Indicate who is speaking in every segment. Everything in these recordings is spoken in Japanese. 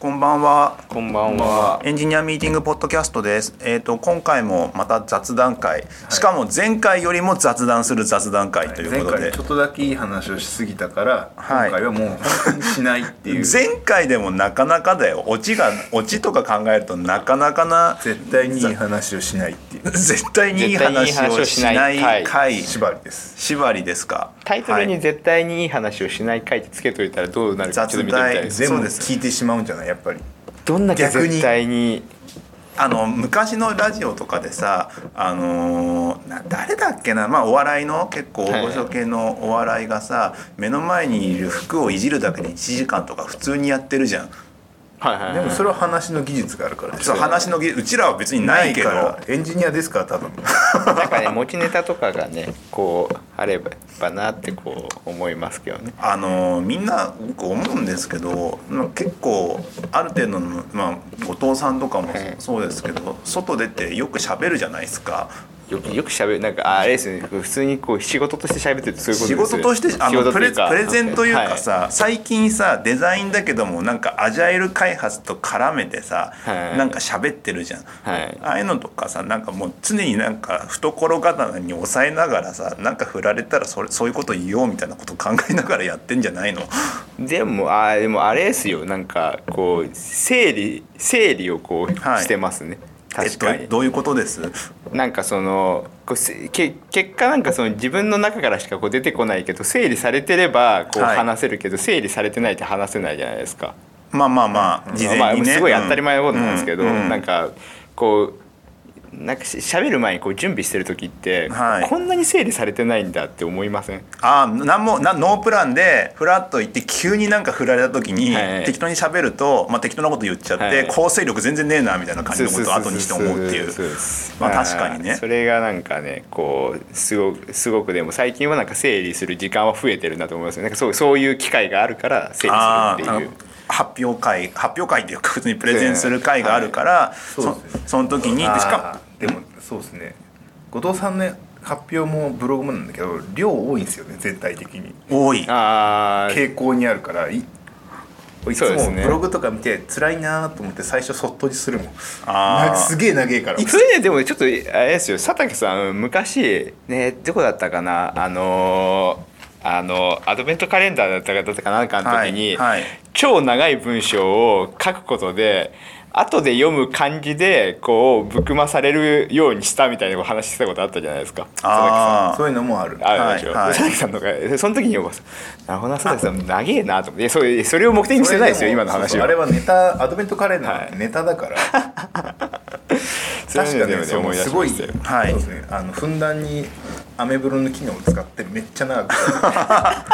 Speaker 1: こんばんは。
Speaker 2: こんばんは。
Speaker 1: エンジニアミーティングポッドキャストです。えっ、と今回もまた雑談会、しかも前回よりも雑談する雑談会という
Speaker 3: 前
Speaker 1: ことで
Speaker 3: 回。ちょっとだけいい話をしすぎたから、
Speaker 1: はい
Speaker 3: 今回はもう本当にしないっ ていう
Speaker 1: 前回でもなかなかだよ。オチがオチとか考えるとなかなかな
Speaker 3: 絶対にいい話をしないっていう
Speaker 1: 絶対にいい
Speaker 2: 絶対にいい
Speaker 1: 話
Speaker 2: 話
Speaker 1: を
Speaker 2: を
Speaker 1: し
Speaker 2: し
Speaker 1: な
Speaker 2: ないい
Speaker 1: 回
Speaker 3: 縛りです
Speaker 1: 縛りですか。
Speaker 2: タイトル
Speaker 1: は
Speaker 2: に
Speaker 1: い
Speaker 2: 絶対にいい話をしない回ってつけといたらどうなるかちょっと見てみたいです。
Speaker 3: 全部
Speaker 1: そうです
Speaker 3: 聞いてしまうんじゃないやっぱり
Speaker 2: どんだけ絶対に
Speaker 1: あの昔のラジオとかでさ、あのーな誰だっけな、まあ、お笑いの結構
Speaker 2: はい
Speaker 1: 大御所系のお笑いがさ、目の前にいる服をいじるだけで1時間とか普通にやってるじゃん。
Speaker 2: はいはい
Speaker 3: で
Speaker 2: はい
Speaker 3: もそれは話の技術があるからでしょ
Speaker 1: そう話のぎうちらは別にないけど
Speaker 3: からエンジニアですから多分
Speaker 2: なんかね持ちネタとかがねこうあればなってこう思いますけどね。
Speaker 1: あのみんな僕思うんですけど、まあ、結構ある程度の、まあ、後藤さんとかも
Speaker 2: はい
Speaker 1: そうですけど外出てよく喋るじゃないですか。
Speaker 2: よくよく喋るなんかああれですね普通にこう仕事として喋ってるってそういうこと
Speaker 1: 仕
Speaker 2: です
Speaker 1: 事としてあ
Speaker 2: 仕
Speaker 1: の
Speaker 2: 事
Speaker 1: プ
Speaker 2: とい
Speaker 1: レ
Speaker 2: うか
Speaker 1: プレゼンというか
Speaker 2: は
Speaker 1: さ、最近さデザインだけどもなんかアジャイル開発と絡めてさ、
Speaker 2: はい
Speaker 1: なんか喋ってるじゃん、
Speaker 2: はい
Speaker 1: ああいうのとかさなんかもう常になんか懐刀に抑えながらさなんか振られたらそれそういうこと言おうみたいなこと考えながらやってんじゃないの
Speaker 2: いでもあーでもあれですよなんかこう整理整理をこう
Speaker 1: はい
Speaker 2: してますね、確かに、
Speaker 1: えどどういうことです
Speaker 2: なんかそのこうせけ結果なんかその自分の中からしかこう出てこないけど整理されてればこう
Speaker 1: はい
Speaker 2: 話せるけど、整理されてないと話せないじゃないですか。
Speaker 1: まあまあまあ事
Speaker 2: ま
Speaker 1: 前
Speaker 2: あ
Speaker 1: にね、
Speaker 2: すごい当たり前のことなんですけど、
Speaker 1: うう
Speaker 2: なんかこうなんかし喋る前にこう準備してる時って、
Speaker 1: はい
Speaker 2: こんなに整理されてないんだって思いません
Speaker 1: あーなんもなノープランでフラッと行って急になんか振られた時に、
Speaker 2: はい
Speaker 1: 適当に喋ると、まあ、適当なこと言っちゃって、
Speaker 2: はい
Speaker 1: 構成力全然ねえなみたいな感じのことを後にして思うっていう
Speaker 2: そうそうそ
Speaker 1: ま
Speaker 2: う
Speaker 1: あ確かにね
Speaker 2: それがなんかねこうすごくすごくでも最近はなんか整理する時間は増えてるなと思いますねなんかそうそういう機会があるから整
Speaker 1: あ
Speaker 2: 理するっていう
Speaker 1: ー発表会発表会っていうか普通にプレゼンする会があるから、
Speaker 3: そ
Speaker 1: そう
Speaker 3: ですね
Speaker 1: その時にでしか
Speaker 3: あーでもそうですね後藤さんの発表もブログもなんだけど量多いんですよね全体的に
Speaker 1: も多い
Speaker 2: あー
Speaker 3: 傾向にあるからいいつ
Speaker 2: そうです
Speaker 3: も
Speaker 2: ね
Speaker 3: ブログとか見て辛いなと思って最初そっとじするもん
Speaker 1: あー
Speaker 3: な すげえ長えから
Speaker 2: それででもちょっとあれですよ佐竹さん昔ねどこだったかなあのーあのアドベントカレンダーだったかだったかなんかの時に、
Speaker 1: はいはい
Speaker 2: 超長い文章を書くことで後で読む感じでこうぶくまされるようにしたみたいなお話してたことあったじゃないですか佐竹さん。
Speaker 1: あ
Speaker 3: そういうのもある
Speaker 2: あるでしょ、
Speaker 1: はいはい
Speaker 2: 佐竹さんのがその時に思うなるほどな佐竹さん長えなと思っていやそれそれを目的にしてないですよ
Speaker 3: それも
Speaker 2: 今の話
Speaker 3: そうそう
Speaker 2: は
Speaker 3: あれはネタアドベントカレンダーなんて
Speaker 2: は
Speaker 3: ネタだから、
Speaker 2: それ
Speaker 3: 確
Speaker 2: で
Speaker 3: かね
Speaker 2: もね
Speaker 3: そ
Speaker 2: 思い
Speaker 3: の
Speaker 2: 出し
Speaker 3: す
Speaker 2: ま
Speaker 3: ごい、
Speaker 2: したよ
Speaker 1: はい
Speaker 3: そうですねあのふんだんにアメブロの機能を使ってめっちゃ長 くあ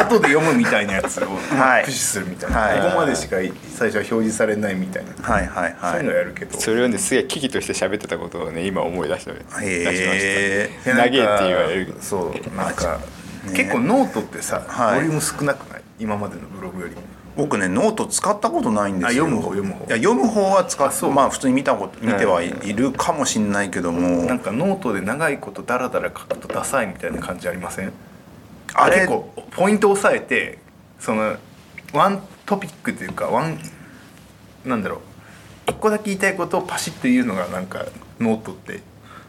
Speaker 3: 後で読むみたいなやつを
Speaker 1: はい
Speaker 3: 駆使するみたいな、
Speaker 1: はい
Speaker 3: ここまでしか最初は表示されないみたいな、
Speaker 1: ーはいはい
Speaker 3: そういう
Speaker 1: は
Speaker 3: のやるけど
Speaker 2: それをねすげえ危機として喋ってたことをね今思い出した出し
Speaker 1: い
Speaker 2: ました
Speaker 1: へえ
Speaker 3: でなんか
Speaker 2: 投げって言われる
Speaker 3: そうなんか、
Speaker 1: ね
Speaker 3: 結構ノートってさ、
Speaker 1: はい
Speaker 3: ボリューム少なくない今までのブログよりも
Speaker 1: 僕ねノート使ったことないんですよ
Speaker 3: あ読む方読む方
Speaker 1: いや読む方は使っまあ普通に見たこと見てはいいるかもしれないけども、
Speaker 3: なんかノートで長いことダラダラ書くとダサいみたいな感じありません
Speaker 1: あれ
Speaker 3: 結構ポイントを押さえてそのワントピックというかワンなんだろう一個だけ言いたいことをパシッと言うのがなんかノートって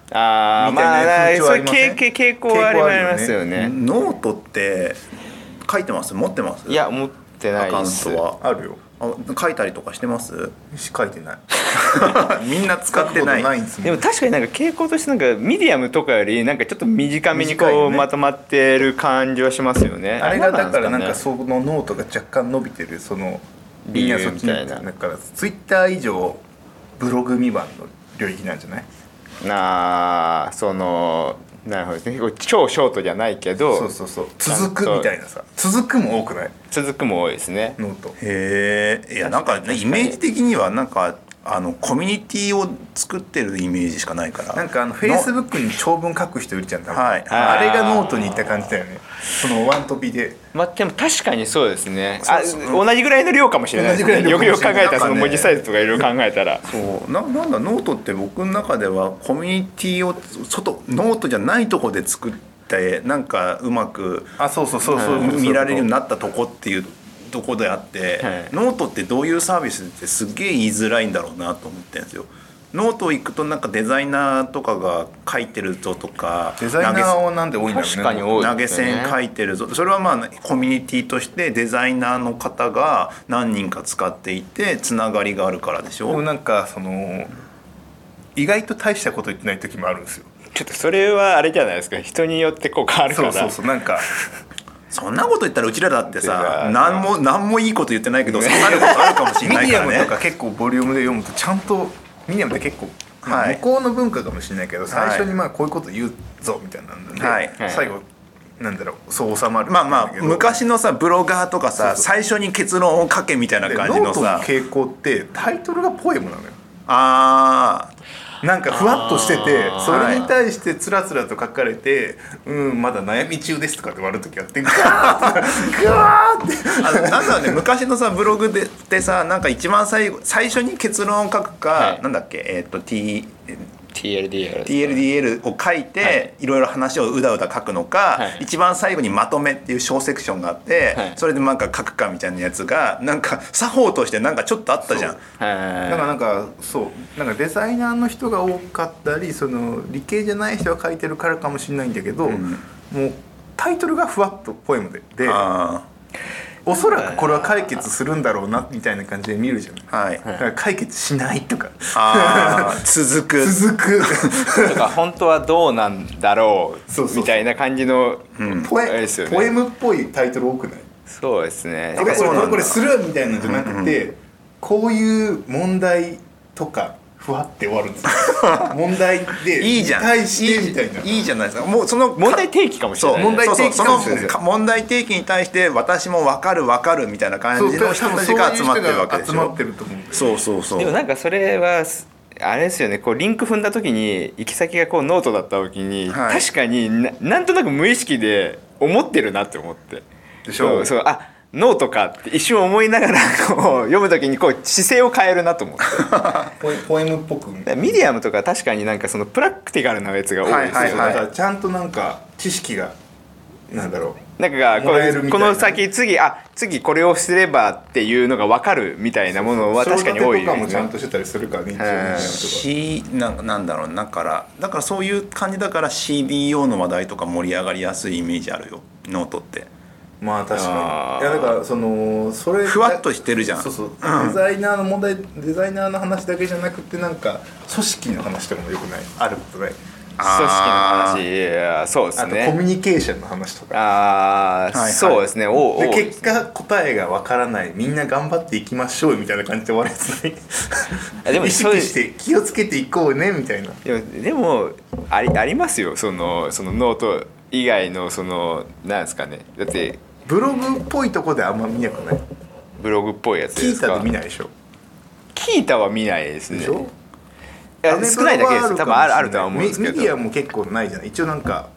Speaker 2: ああ
Speaker 3: みた
Speaker 2: ま
Speaker 3: いな
Speaker 2: あ
Speaker 3: 風潮
Speaker 2: そ
Speaker 3: あ
Speaker 2: う
Speaker 3: りませ
Speaker 2: 傾
Speaker 3: ん
Speaker 2: 傾傾向はあり
Speaker 3: 傾向あるよね
Speaker 2: ますよね
Speaker 1: ノートって書いてます持ってます
Speaker 2: いや持ってな
Speaker 1: ア
Speaker 2: い
Speaker 1: カウ
Speaker 2: で
Speaker 1: ン
Speaker 2: す
Speaker 1: トは
Speaker 3: あるよ
Speaker 1: あ書いたりとかしてます
Speaker 3: し書いて ない
Speaker 1: みんな使ってない
Speaker 3: 書くことないんですも
Speaker 2: で
Speaker 3: ん
Speaker 2: も確かになんか傾向としてなんかミディアムとかよりなんかちょっと短めにこ
Speaker 3: 短いよ
Speaker 2: う
Speaker 3: ね
Speaker 2: まとまってる感じはしますよね
Speaker 3: あれがだからなん
Speaker 2: あれ
Speaker 3: か
Speaker 2: ですね
Speaker 3: そのノートが若干伸びてるその
Speaker 2: 理由
Speaker 3: みんなそっちに
Speaker 2: みたいな
Speaker 3: だからツイッター以上ブログ未満の領域なんじゃない
Speaker 2: なあそのなるほどですね結構超ショートじゃないけど
Speaker 3: そうそうそう続くみたいなさ続くも多くない
Speaker 2: 続くも多いですね
Speaker 3: ノート
Speaker 1: へえいやなんかねイメージ的にはなんかあのコミュニティを作ってるイメージしかないから
Speaker 3: なんかあのフェイスブックに長文書く人いるじゃん多分、
Speaker 1: はい
Speaker 3: あれがノートにいった感じだよねそのワントピで
Speaker 2: まあでも確かにそうですねあ
Speaker 1: そう
Speaker 2: 同じぐらいの量かもしれないですね
Speaker 3: 同じぐらいの量
Speaker 2: よく
Speaker 3: かも
Speaker 2: よ
Speaker 3: し
Speaker 2: く
Speaker 3: れ
Speaker 2: 考えたらそ
Speaker 3: ない
Speaker 2: の文字サイズとかいろいろ考えたら
Speaker 1: そうななんだノートって僕の中ではコミュニティを外ノートじゃないとこで作ってなんかうまく
Speaker 3: あそうそうそうそう、
Speaker 1: 見られるようになったとこっていうとこであって、
Speaker 2: はい
Speaker 1: ノートってどういうサービスってすっげえ言いづらいんだろうなと思ってるんですよ。ノート行くとなんかデザイナーとかが書いてるぞとか
Speaker 3: デザイナーをなんで多いんだろうね
Speaker 2: 確かに多い
Speaker 1: 投げ銭書いてるぞそれはまあコミュニティとしてデザイナーの方が何人か使っていてつながりがあるからでし
Speaker 3: でも
Speaker 1: ょ
Speaker 3: なんかその意外と大したこと言ってない時もあるんですよ
Speaker 2: ちょっとそれはあれじゃないですか人によってこう変わるか
Speaker 3: そう
Speaker 2: ら
Speaker 3: そうそうなんか
Speaker 1: そんなこと言ったらうちらだって さ
Speaker 2: うちら
Speaker 1: 何も何もいいこと言ってないけど刺さることあるかもし
Speaker 3: ミ
Speaker 1: れないか
Speaker 3: デ ィア
Speaker 1: ら
Speaker 3: ム
Speaker 1: ね
Speaker 3: とか結構ボリュームで読むとちゃんとミディアムって結構、まあ
Speaker 1: はい
Speaker 3: 向こうの文化かもしれないけど最初
Speaker 1: は
Speaker 3: に
Speaker 1: い
Speaker 3: まあこういうこと言うぞみたいなので、
Speaker 1: はい
Speaker 2: はい
Speaker 3: 最後なんだろうそう収まる
Speaker 1: まあまあ
Speaker 3: んだけど
Speaker 1: 昔のさブロガーとかさ最初に結論を書けみたいな
Speaker 3: で
Speaker 1: 感じ
Speaker 3: ノ
Speaker 1: の
Speaker 3: ートの
Speaker 1: さ
Speaker 3: 傾向ってタイトルがポエムなのよ
Speaker 1: あ
Speaker 3: なんかふわっとしてて
Speaker 2: あー
Speaker 3: それに対してつらつらと書かれて「うんまだ悩み中です」とかって割る時あってガーッてガーッて
Speaker 1: ーあのなんだろうね 昔のさブログででさなんか一番最後最初に結論を書くか、
Speaker 2: はい
Speaker 1: なんだっけえっ、と T
Speaker 2: TLDL
Speaker 1: TLDL を書いて、
Speaker 2: はい
Speaker 1: い、ろいろ話をうだうだ書くのか、
Speaker 2: はい
Speaker 1: 一番最後にまとめっていう小セクションがあって、
Speaker 2: はい
Speaker 1: それでなんか書くかみたいなやつがなんか作法としてなんかちょっとあったじゃん
Speaker 3: そう。だから
Speaker 2: は
Speaker 3: なんかそうなんかデザイナーの人が多かったりその理系じゃない人が書いてるからかもしれないんだけど、もうタイトルがふわっとポエムでで
Speaker 1: あ
Speaker 3: おそらくこれは解決するんだろうなみたいな感じで見るじゃない、
Speaker 1: ーはい、
Speaker 3: だから解決しないとか
Speaker 1: あー続く
Speaker 3: 続く
Speaker 2: いとか本当はどうなんだろ
Speaker 3: そうそう
Speaker 2: う
Speaker 3: そう
Speaker 2: みたいな感じの
Speaker 3: ポ
Speaker 2: あれ
Speaker 3: エ
Speaker 2: ですよね
Speaker 3: ポエムっぽいタイトル多くない
Speaker 2: そうですね
Speaker 3: これこ
Speaker 1: そう
Speaker 3: れ
Speaker 1: なんだ
Speaker 3: これこれするみたいなのじゃなくて、こういう問題とかふわって終わる んですよ問題で
Speaker 1: いいじゃん
Speaker 3: 対してみたいない
Speaker 1: いいじゃないですかもうその
Speaker 2: 問題提起かもしれない
Speaker 1: そう
Speaker 2: ね
Speaker 1: 問題提起
Speaker 3: そう
Speaker 1: その
Speaker 3: そうかもしれないですよ
Speaker 1: 問題提起に対して私も分かる分かるみたいな感
Speaker 3: そう
Speaker 1: じの人たちが集まってるわけでし
Speaker 3: 集まっ
Speaker 1: ょ
Speaker 3: てると思うんです
Speaker 1: そうそうそう
Speaker 2: でもなんかそれはすあれですよねこうリンク踏んだ時に行き先がこうノートだった時に、
Speaker 1: はい
Speaker 2: 確かにななんとなく無意識で思ってるなって思って
Speaker 3: でしょ
Speaker 2: そうそうあノートかって一瞬思いながら こう読む時にこう姿勢を変えるなと思 ってだか
Speaker 3: ポエポエムっぽく
Speaker 2: らミディアムとか確かになんかそのプラクティカルなやつが多いですよね、
Speaker 1: はいはいはい
Speaker 3: だからちゃんとなんか知識がなんだろ
Speaker 2: なんかがこ
Speaker 3: もらえるみ
Speaker 2: うこ
Speaker 3: たいな
Speaker 2: の先次あ次これをすればっていうのが分かるみたいなも
Speaker 3: う
Speaker 2: のは確かに多い
Speaker 3: 小立てと
Speaker 2: よ
Speaker 3: かもちゃん
Speaker 2: ね
Speaker 3: としてたりするからね一応
Speaker 2: はい
Speaker 1: しなんなんだろうだからだからそういう感じだから CBO の話題とか盛り上がりやすいイメージあるよノートって
Speaker 3: まあ確
Speaker 2: あ
Speaker 3: か
Speaker 2: ー
Speaker 3: にいやだからそのそれ
Speaker 1: ふわっとしてるじゃん
Speaker 3: そうそうデザイナーの問題デザイナーの話だけじゃなくてなんか組織の話とかもよくないあることない
Speaker 2: 組織の話いやそうで
Speaker 3: あ
Speaker 2: す
Speaker 3: と
Speaker 2: ね
Speaker 3: コミュニケーションの話とか
Speaker 2: ああ、
Speaker 1: はいはい
Speaker 2: そうですね。おうおう
Speaker 3: で結果答えがわからないみんな頑張っていきましょうよみたいな感じで終わるやつない
Speaker 2: あでも
Speaker 3: 意
Speaker 2: そう
Speaker 3: 識して気をつけていこうねみたいな
Speaker 2: でもでもありありますよ。そのそのノート以外のそのなんですかね。だって
Speaker 3: ブログっぽいとこであんま見なくない
Speaker 2: ブログっぽいやつ
Speaker 3: 聞
Speaker 2: で
Speaker 3: い
Speaker 2: すか。
Speaker 3: たで見ないでしょ
Speaker 2: キータは見ないですね。
Speaker 3: でしょ
Speaker 2: いや少ないだけです。多分あるあるとは思うんですけ
Speaker 3: ミミディア
Speaker 2: ど。
Speaker 3: も結構ないじゃない一応なんか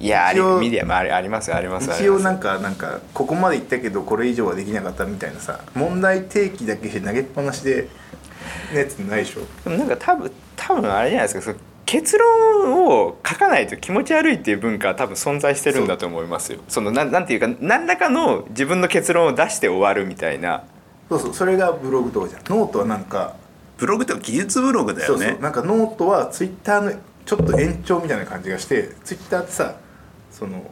Speaker 2: いやあり
Speaker 3: 一応
Speaker 2: ミディアもありありますあります。
Speaker 3: 一応
Speaker 2: ありま
Speaker 3: なんかなんかここまで行ったけどこれ以上はできなかったみたいなさ問題提起だけして投げっぱなしでのやつないでしょ
Speaker 2: すでもなんか多分多分あれじゃないですか。その結論を書かないと気持ち悪いっていう文化は多分存在してるんだと思いますよ。そのなんなんていうか何らかの自分の結論を出して終わるみたいな。
Speaker 3: そうそうそれがブログとかじゃんノートはなんか
Speaker 1: ブログって技術ブログだ
Speaker 3: そ
Speaker 1: よ
Speaker 3: う
Speaker 1: ね
Speaker 3: そうなんかノートはツイッターのちょっと延長みたいな感じがしてツイッターってさその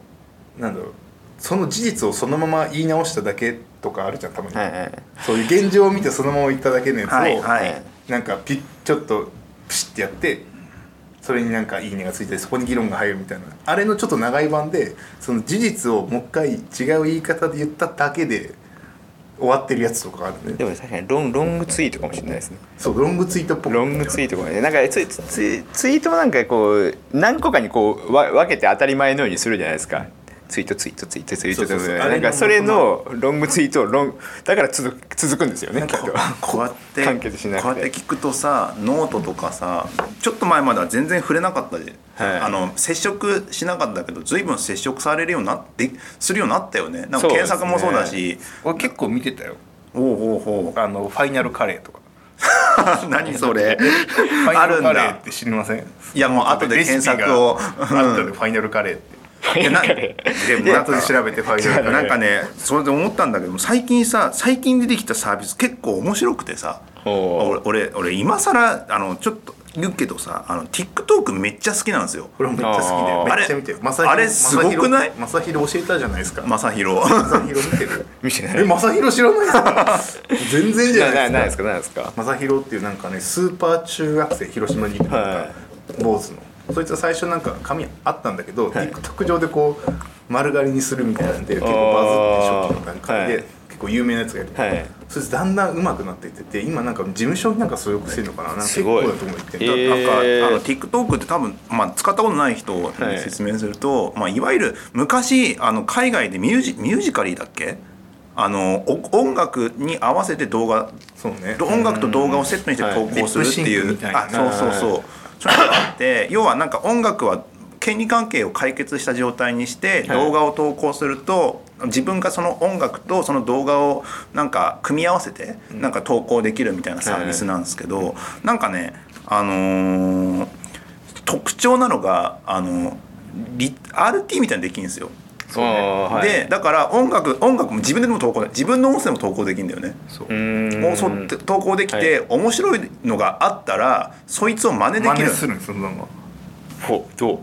Speaker 3: なんだろうその事実をそのまま言い直しただけとかあるじゃんたまに、
Speaker 2: はいはい。
Speaker 3: そういう現状を見てそのまま言っただけのやつを、
Speaker 1: はいはい
Speaker 3: なんかピッちょっとプシッてやってそれになんか「いいね」がついてそこに議論が入るみたいなあれのちょっと長い版でその事実をもう一回違う言い方で言っただけで終わってるやつとかあるね
Speaker 2: でも確かにロンロングツイートかもしれないですね。
Speaker 3: そうロングツイートっぽく
Speaker 2: ロングツイートかもね。なんかツイツイツイートもなんかこう何個かにこうわ分けて当たり前のようにするじゃないですか。ツイートツイートツイートツイート
Speaker 3: そうそうそう
Speaker 2: なんかそれのロングツイートをロンだから続く続くんですよね。きっと
Speaker 1: こうやって
Speaker 2: 完結しなくて
Speaker 1: こうやって聞くとさノートとかさちょっと前までは全然触れなかったで、
Speaker 2: はい
Speaker 1: あの接触しなかったけど随分接触されるようになってするようになったよねなん
Speaker 2: そ
Speaker 1: か
Speaker 2: うですね
Speaker 1: 検索もそうだし
Speaker 3: 俺結構見てたよ
Speaker 1: おうおうおう
Speaker 3: あのファイナルカレーとか
Speaker 1: あ 何そ れ
Speaker 3: ファ
Speaker 1: あ
Speaker 3: イナ
Speaker 1: る
Speaker 3: ル
Speaker 1: ん
Speaker 3: カレー
Speaker 1: だ
Speaker 3: って知りません
Speaker 1: いやもう後で
Speaker 3: レシピが
Speaker 1: 検索を
Speaker 3: あったでファイナルカレーって
Speaker 2: フ
Speaker 1: い
Speaker 2: ァ
Speaker 1: やなでもなん
Speaker 3: 後
Speaker 1: か
Speaker 3: で調べてファイル
Speaker 1: なんかねそれで思ったんだけども最近さ最近出てきたサービス結構面白くてさ
Speaker 2: ほ
Speaker 1: 俺俺俺今更あのちょっと言うけどさあの TikTok めっちゃ好きなんですよ
Speaker 3: これもめっちゃ好き
Speaker 1: あー
Speaker 3: でめっちゃ見てる
Speaker 1: あれあれすごくない
Speaker 3: まさひろ教えたじゃないですか
Speaker 1: 正弘
Speaker 3: まさひろ見てる
Speaker 2: 見てない
Speaker 3: えまさひろ知らないですか全然じゃ
Speaker 2: な
Speaker 3: な
Speaker 2: ないない
Speaker 3: で
Speaker 2: ですす
Speaker 3: か
Speaker 2: かないですか
Speaker 3: まさひろっていうなんかねスーパー中学生広島にいる
Speaker 2: は
Speaker 3: 坊主のそいつは最初なんか髪あったんだけど、TikTok 上でこう丸刈りにするみたいなんで結構バズって初期の段階で、
Speaker 2: はい
Speaker 3: 結構有名なやつがいる、
Speaker 2: はい
Speaker 3: そいつだんだん上手くなっていってて今なんか事務所になんか所属してるのかななんか
Speaker 2: す
Speaker 3: 結
Speaker 2: ご
Speaker 3: 構
Speaker 2: い
Speaker 3: だと思う言ってんだ
Speaker 2: えー
Speaker 1: なんかあの TikTok って多分、まあ、使ったことない人に
Speaker 2: はい
Speaker 1: 説明すると、いまあ、いわゆる昔あの海外でミュージミュージカリーだっけあのお音楽に合わせて動画
Speaker 3: そうね
Speaker 1: 音楽と動画をセットにして投稿するってい
Speaker 3: はいリップシンク
Speaker 1: う、
Speaker 3: みたいな
Speaker 1: あそうそうそうそういうのがあって要はなんか音楽は権利関係を解決した状態にして
Speaker 2: はい
Speaker 1: 動画を投稿すると、自分がその音楽とその動画をなんか組み合わせてなんか投稿できるみたいなサービスなんですけど、なんかねあのー特徴なのがあのリ RT みたいなのできるんですよ。
Speaker 2: そうねはい
Speaker 1: でだから音楽音楽も自分でも投稿で自分の音声も投稿できるんだよね。
Speaker 3: そう
Speaker 1: も
Speaker 2: 妄
Speaker 1: うそって投稿できて、面白いのがあったらそいつを真似でき
Speaker 3: 真似
Speaker 1: る
Speaker 3: するんですよそのまま
Speaker 2: ほど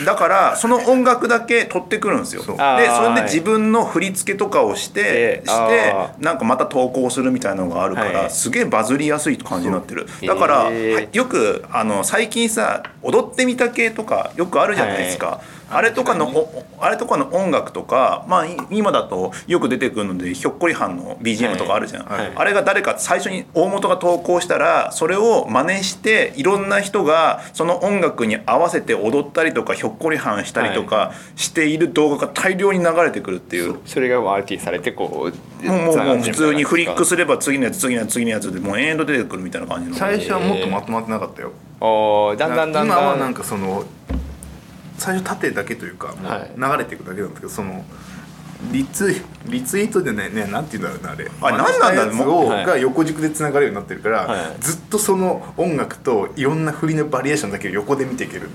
Speaker 2: う
Speaker 1: だからその音楽だけ取ってくるんですよ
Speaker 3: そう
Speaker 1: で
Speaker 2: あー
Speaker 1: それで自分の振り付けとかをして
Speaker 2: え、え
Speaker 1: して
Speaker 2: あ
Speaker 1: なんかまた投稿するみたいなのがあるから、
Speaker 2: はい
Speaker 1: すげえバズりやすい感じになってるだから、
Speaker 2: ええ
Speaker 1: はいよくあの最近さ踊ってみた系とかよくあるじゃないですか、あれとかのおおあれとかの音楽とか、まあ、い今だとよく出てくるのでひょっこりはんの BGM とかあるじゃん、
Speaker 2: はいはい
Speaker 1: あれが誰か最初に大元が投稿したらそれを真似していろんな人がその音楽に合わせて踊ったりとかひょっこりはんしたりとかしている動画が大量に流れてくるっていう。
Speaker 2: それが RT されてこう
Speaker 1: もうもうもう普通にフリック
Speaker 2: す
Speaker 1: すれば次のやつ次のやつ次のやつでもう延々と出てくるみたいな感じの
Speaker 3: 最初はもっとまとまってなかったよ
Speaker 2: おーだんだんだんだん
Speaker 3: 今はなんかその最初縦だけというかも
Speaker 2: はいう
Speaker 3: 流れていくだけなんですけど、そのリツイリツイートでねねなんて言うんだろうねあれ
Speaker 1: あ何なんだろう
Speaker 3: 真似したやつを、
Speaker 2: はい
Speaker 3: が横軸でつながるようになってるから、
Speaker 2: はい
Speaker 3: ずっとその音楽といろんな振りのバリエーションだけを横で見ていける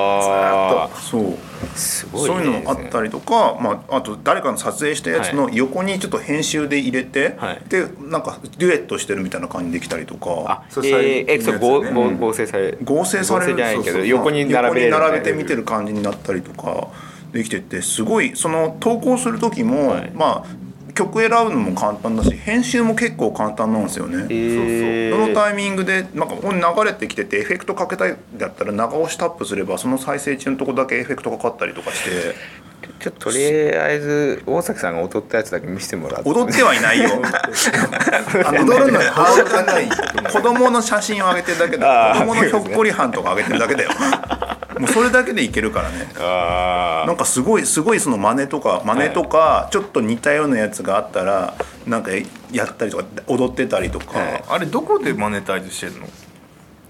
Speaker 2: ああ
Speaker 1: そう
Speaker 2: すごい
Speaker 1: そういうのもあった
Speaker 2: り
Speaker 1: りとか、まあ、あと誰かの撮影したやつの横にちょっと編集で入れて、
Speaker 2: はい
Speaker 1: でなんかデュエットしてるみたいな感じできたりとか
Speaker 2: あ
Speaker 3: そ
Speaker 2: え
Speaker 3: れ最
Speaker 2: ーえそう合
Speaker 3: 近のやつね
Speaker 2: 合合成され
Speaker 1: 合成される
Speaker 2: 合成じゃないけど
Speaker 1: そうそう
Speaker 2: 横に並べれるみ
Speaker 1: ま
Speaker 2: た
Speaker 1: あ
Speaker 2: いな
Speaker 1: 横に並べて見てる感じになったりとかできててすごいその投稿する時も、
Speaker 2: はい
Speaker 1: まあ曲選ぶのも簡単だし編集も結構簡単なんですよね。
Speaker 2: えー
Speaker 1: そのタイミングでなんかここに流れてきててエフェクトかけたいだったら長押しタップすればその再生中のとこだけエフェクトかかったりとかして
Speaker 2: ちょっととりあえず大崎さんが踊ったやつだけ見せてもらって
Speaker 1: 踊ってはい ないよあの
Speaker 3: 踊るのにハードル高い
Speaker 1: 子供の写真を上げてるだけだ
Speaker 2: あ
Speaker 1: よ
Speaker 2: ー
Speaker 1: 子供のひょっこりはんとか上げてるだけだよもうそれだけでいけるからね
Speaker 2: あ
Speaker 1: なんかすごいすごいその真似とか真似とかちょっと似たようなやつがあったらなんかやったりとか踊ってたりとか、
Speaker 2: はい
Speaker 3: あれどこでマネタイズしてるの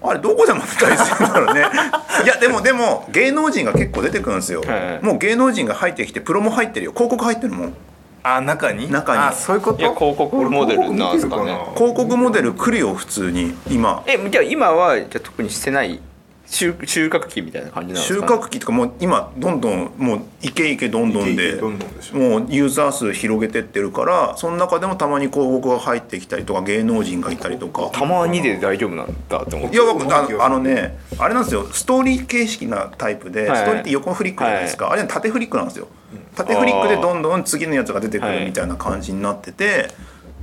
Speaker 1: あれどこで真似たりするんだろうね いやでもでも芸能人が結構出てくるんですよ、
Speaker 2: はい
Speaker 1: もう芸能人が入ってきてプロも入ってるよ広告入ってるもん
Speaker 3: あ中に
Speaker 1: 中に
Speaker 3: あそういうこと
Speaker 2: いや広告モデルなんですかね
Speaker 3: 俺広告
Speaker 1: 広
Speaker 3: 見てる
Speaker 1: 告モデル来るよ普通に今
Speaker 2: えじゃあ今はじゃあ特にしてない収収穫期みたいな感じなんです
Speaker 1: 収
Speaker 2: か、ね、
Speaker 1: 穫期とかもう今どんどんもうイケイケどんどん
Speaker 3: イケイ
Speaker 1: で
Speaker 3: ケどんどんでしょ
Speaker 1: もうユーザー数広げてってるからその中でもたまに広告が入ってきたりとか芸能人がいたりとか
Speaker 2: たまにで大丈夫なんだって思っ
Speaker 1: い
Speaker 2: て
Speaker 1: や僕あのあのねあれなんですよストーリー形式なタイプで、
Speaker 2: はい
Speaker 1: ストーリーって横フリックじゃないですか、あれは縦フリックなんですよ縦フリックでどんどん次のやつが出てくるみたいな感じになってて、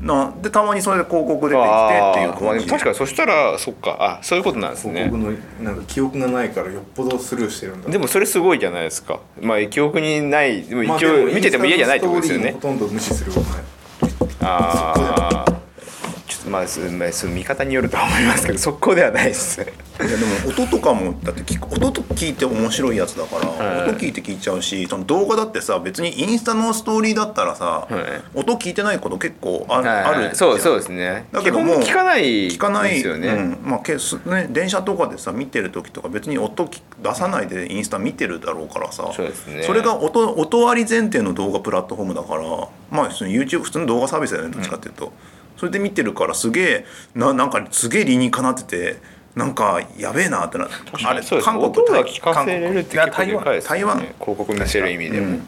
Speaker 1: なでたまにそれで広告出てきてっていう
Speaker 2: あーまあ
Speaker 1: 感
Speaker 2: で
Speaker 1: じ
Speaker 2: も確かにそしたらそっかあそういうことなんですね
Speaker 3: 広告のなんか記憶がないからよっぽどスルーしてるんだ
Speaker 2: でもそれすごいじゃないですかまあ記憶にないでも
Speaker 3: まあ
Speaker 2: 一
Speaker 3: で
Speaker 2: 応
Speaker 3: も
Speaker 2: 見てても嫌じゃないってことですよ
Speaker 3: イン
Speaker 2: ね
Speaker 3: スタのス、トーリーもほとんど無視することない
Speaker 2: ああちょっとまあすまあその見方によるとは思いますけど速攻ではないです
Speaker 1: いやでも音とかもだって聞く音と聞いて面白いやつだから、
Speaker 2: はい
Speaker 1: 音聞いて聞いちゃうしその動画だってさ別にインスタのストーリーだったらさ、
Speaker 2: い
Speaker 1: 音聞いてないこと結構あ,、あるじゃん
Speaker 2: そうそうですね
Speaker 1: だ
Speaker 2: 基
Speaker 1: けど
Speaker 2: 本
Speaker 1: もう
Speaker 2: 聞かない
Speaker 1: 聞かない
Speaker 2: ですよね、
Speaker 1: うんまあけすね、電車とかでさ見てる時とか別に音き出さないでインスタ見てるだろうからさ
Speaker 2: そうですね
Speaker 1: それが音音あり前提の動画プラットフォームだからまあ普通に YouTube 普通の動画サービスだよねどっちかっていうと、それで見てるからすげえななんかすげえ理にかなってて。なんかやべえなってなってあれ
Speaker 2: そうです
Speaker 1: 韓国
Speaker 2: 音
Speaker 1: タ
Speaker 2: が
Speaker 1: イ
Speaker 2: 聞かせれるって結構
Speaker 1: 韓
Speaker 2: で
Speaker 1: 国
Speaker 2: かいですよね
Speaker 1: 台湾台湾
Speaker 2: 広告見せる意味でも、
Speaker 1: うん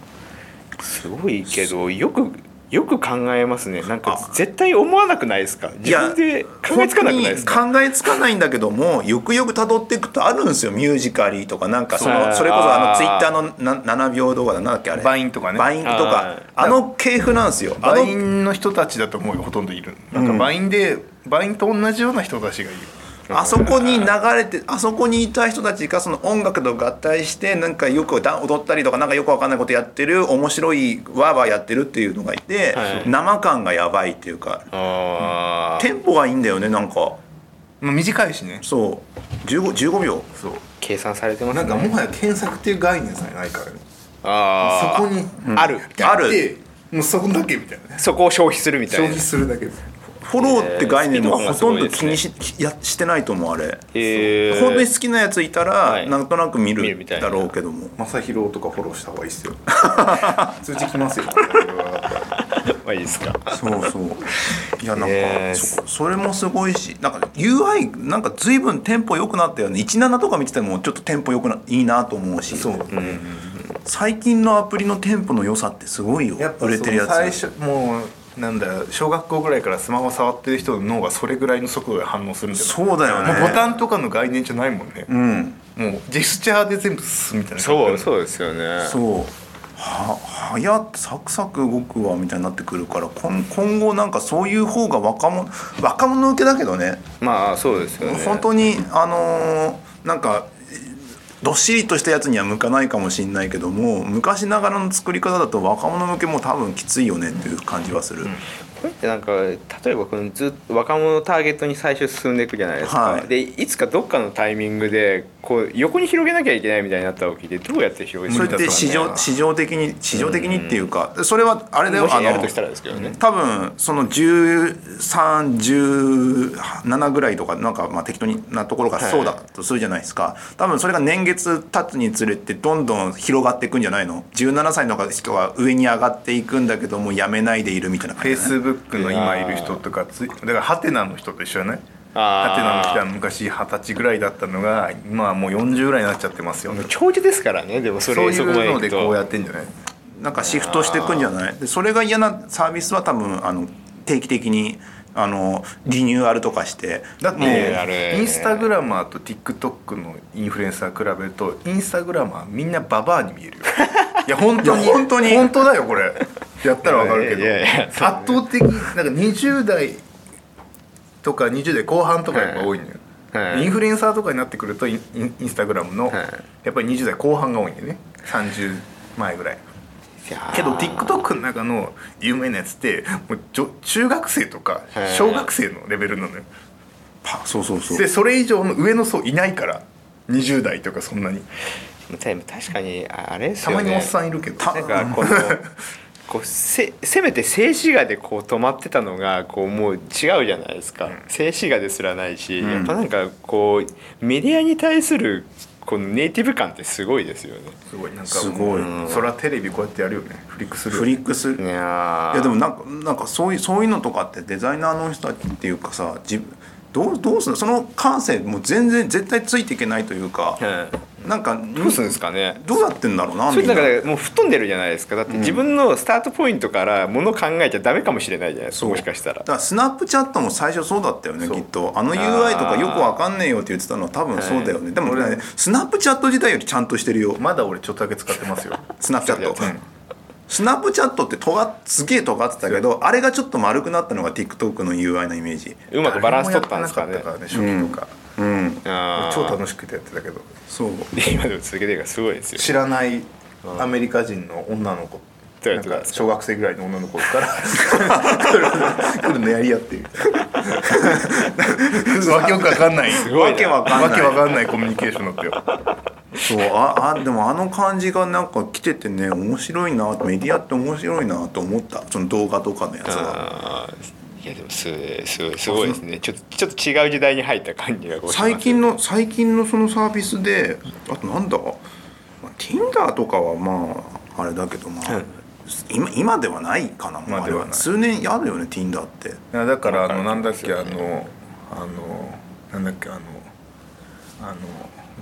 Speaker 2: すごいけどよくよく考えますねなんか
Speaker 1: あ
Speaker 2: 絶対思わなくないですか自分で考えつかなくないですか
Speaker 1: 本当に考えつかないんだけどもよくよく辿っていくとあるんですよミュージカリーとかなんかそ
Speaker 2: そう
Speaker 1: のそれこそあの
Speaker 2: あー
Speaker 1: ツイッターのな7秒動画だなんだっけあれ
Speaker 3: バインとかね
Speaker 1: バインと
Speaker 2: は
Speaker 1: か
Speaker 2: い
Speaker 1: あの系譜なんですよあ
Speaker 3: バ
Speaker 1: の
Speaker 3: インの人たちだと思うよほとんどいるなんかバインで、バインと同じような人たちがいる
Speaker 1: あそこに流れてあそこにいた人たちがその音楽と合体してなんかよくダ踊ったりとかなんかよくわかんないことやってる面白いわーわーやってるっていうのがいて、
Speaker 2: はい
Speaker 1: 生感がやばいっていうか
Speaker 2: あー
Speaker 1: テンポがいいんだよねなんか
Speaker 3: まあ短いしね
Speaker 1: そう15 15秒
Speaker 3: そう
Speaker 2: 計算されてます
Speaker 3: な
Speaker 2: ね
Speaker 3: んかもはや検索っていう概念さえないからね
Speaker 2: あ
Speaker 3: そ
Speaker 2: ー
Speaker 3: こに
Speaker 2: ある
Speaker 1: ある
Speaker 3: もうそこだけみたいなね
Speaker 2: そこを消費するみた
Speaker 3: 消
Speaker 2: いな
Speaker 3: 費するだけです
Speaker 1: フォローって概念も
Speaker 2: えー
Speaker 1: ほとんど気にし,、やしてないと思うあれ、
Speaker 2: えー
Speaker 1: 本当に好きなやついたら、
Speaker 2: はい
Speaker 1: なんとなく見
Speaker 2: 見るみ
Speaker 1: る
Speaker 2: たい
Speaker 1: だ
Speaker 2: な
Speaker 1: ろうけども
Speaker 3: 正宏とかフォローした方がいいっすよ 通知きます よ
Speaker 2: まあいいですか
Speaker 1: そう そういやなんか、
Speaker 2: えー
Speaker 1: そそれもすごいしなんか UI なんか随分テンポ良くなったよね17とか見ててもちょっとテンポ良くないいなと思うし
Speaker 3: そう、
Speaker 1: 最近のアプリのテンポの良さってすごいよ
Speaker 3: やっぱ
Speaker 1: 売れてるや
Speaker 3: その最
Speaker 1: つ
Speaker 3: 初もうなんだ小学校ぐらいからスマホ触ってる人の脳がそれぐらいの速度で反応するんだよ
Speaker 1: そうだよね
Speaker 3: もうボタンとかの概念じゃないもんね、
Speaker 1: うん
Speaker 3: もうジェスチャーで全部進むみたいな
Speaker 2: そうそうですよね
Speaker 1: そうは早っサクサク動くわみたいになってくるから今今後なんかそういう方が若者若者向けだけどね
Speaker 2: まあそうですよね
Speaker 1: 本当にあのーなんかどっしりとしたやつには向かないかもしれないけども昔ながらの作り方だと若者向けも多分きついよねっていう感じはする、
Speaker 2: これってなんか例えばこのずっと若者ターゲットに最初進んでいくじゃないですか、
Speaker 1: はい
Speaker 2: でいつかどっかのタイミングでこう横に広げなきゃいけないみたいになった時でどうやって広げ
Speaker 1: そ
Speaker 2: て
Speaker 1: れ
Speaker 2: い
Speaker 1: っ
Speaker 2: く
Speaker 1: て市場市場的に市場的にっていうか、それはあれだよ
Speaker 2: もしや
Speaker 1: あ
Speaker 2: る
Speaker 1: の
Speaker 2: としたらですけどね、
Speaker 1: 多分その1317ぐらいとかなんかまあ適当なところがそうだとするじゃないですか、多分それが年月経つにつれてどんどん広がっていくんじゃないの17歳の人が上に上がっていくんだけどもやめないでいるみたいな
Speaker 3: フ
Speaker 1: 感
Speaker 3: ェ
Speaker 1: じ
Speaker 3: イ
Speaker 1: だね
Speaker 3: スブックの今いる人とかついだからハテナの人と一緒じゃない
Speaker 2: あー
Speaker 3: ハテナの人は昔二十歳ぐらいだったのが今はもう40ぐらいになっちゃってますよ
Speaker 2: もう長寿ですからねでもそ
Speaker 3: そ
Speaker 2: れ
Speaker 3: ういう
Speaker 2: こまでい
Speaker 3: の
Speaker 2: く
Speaker 3: で
Speaker 2: と
Speaker 3: こうやってんじゃない
Speaker 1: なんかシフトしていくんじゃないでそれが嫌なサービスは多分あの定期的にあのリニューアルとかして
Speaker 3: だっ
Speaker 2: いやいやあ
Speaker 3: て
Speaker 2: れ
Speaker 3: インスタグラマーと TikTok のインフルエンサー比べるとインスタグラマーみんなババアに 見えるよいや本当に
Speaker 1: いや本当に
Speaker 3: 本当だよこれやったらわかるけど
Speaker 2: いやいやいや
Speaker 3: 圧倒的なんか20代とか20代後半とかやっぱ多いのよ、
Speaker 2: はい
Speaker 3: インフルエンサーとかになってくるとインインインスタグラムの
Speaker 2: はい
Speaker 3: やっぱり20代後半が多いんだよね30前ぐらい
Speaker 2: いやー
Speaker 3: けど TikTok の中の有名なやつってもうじょ中学生とか
Speaker 2: はい
Speaker 3: 小学生のレベルなのよ
Speaker 1: パそうそうそう
Speaker 3: でそれ以上の上の層いないから20代とかそんなに
Speaker 2: でも確かにああれです
Speaker 3: た
Speaker 2: よ
Speaker 3: ま
Speaker 2: ね
Speaker 3: におっさんいるけど
Speaker 2: なんかこのこうせせめて静止画でこう止まってたのがこうもう違うじゃないですか、静止画ですらないし、やっぱなんかこうメディアに対するこのネイティブ感ってすごいですよね。
Speaker 3: すごいなんか
Speaker 1: すごい
Speaker 3: うんそらテレビこうやってやるよねフリックするよ
Speaker 1: フ
Speaker 3: ね
Speaker 1: リックする
Speaker 2: いや
Speaker 1: いやでもなんかなんかそういうそういうのとかってデザイナーの人たちっていうかさ自分どうどうするのその感性もう全然絶対ついていけないというか、なんか
Speaker 2: どうするんですかね
Speaker 1: どうやってんだろうな
Speaker 2: それ
Speaker 1: みん
Speaker 2: だ
Speaker 1: な
Speaker 2: からもう吹っ飛んでるじゃないですかだって自分のスタートポイントからもの考えちゃダメかもしれないじゃないですか、
Speaker 1: そう
Speaker 2: もしかしたら
Speaker 1: だ。からスナップチャットも最初そうだったよね
Speaker 3: そう
Speaker 1: きっとあの
Speaker 2: あ
Speaker 1: UI
Speaker 2: ー
Speaker 1: とかよくわかんねえよって言ってたのは多分そうだよね、でもねスナップチャット自体よりちゃんとしてるよ
Speaker 3: まだ俺ちょっとだけ使ってますよ
Speaker 1: スナップチャット、
Speaker 3: うん
Speaker 1: スナップチャットってとがすげえ尖ってたけどあれがちょっと丸くなったのが TikTok の UI のイメージ
Speaker 2: うまくバランス取ったんですかね
Speaker 3: 誰もやってなったからね初期とか
Speaker 1: うん
Speaker 2: あー
Speaker 3: 超楽しくてやってたけど
Speaker 1: そう
Speaker 2: で今でも続けてるからすごいですよ。
Speaker 3: 知らないアメリカ人の女の子
Speaker 2: どうやっ
Speaker 3: なん
Speaker 2: てたん
Speaker 3: か
Speaker 2: ですか
Speaker 3: 小学生ぐらいの女の子から 来る来るのやり合 ってるわけわかんない
Speaker 2: ごいな
Speaker 1: わけわかんない
Speaker 3: わけわかんないコミュニケーションだったよ
Speaker 1: そうああでもあの感じがなんか来ててね面白いなメディアって面白いなと思ったその動画とかのやつが
Speaker 2: あーいやでもすすごいすごいですねちょっとちょっと違う時代に入った感じがこうします
Speaker 1: 最近の最近のそのサービスであとなんだ、まあ、Tinder とかはまああれだけどまあ、
Speaker 2: うん
Speaker 1: 今今ではないかな,、まあ、
Speaker 3: まあ
Speaker 1: あ
Speaker 3: で
Speaker 1: れ
Speaker 3: は
Speaker 1: は
Speaker 3: ない
Speaker 1: 数年やるよね Tinder って
Speaker 3: いやだからあ
Speaker 2: わ
Speaker 3: の
Speaker 2: か
Speaker 3: な
Speaker 2: る
Speaker 3: ん
Speaker 2: ん
Speaker 3: だ
Speaker 2: で
Speaker 3: っ
Speaker 2: す
Speaker 3: け
Speaker 2: よ
Speaker 3: あ
Speaker 2: ね
Speaker 3: のあのなんだっけあのあの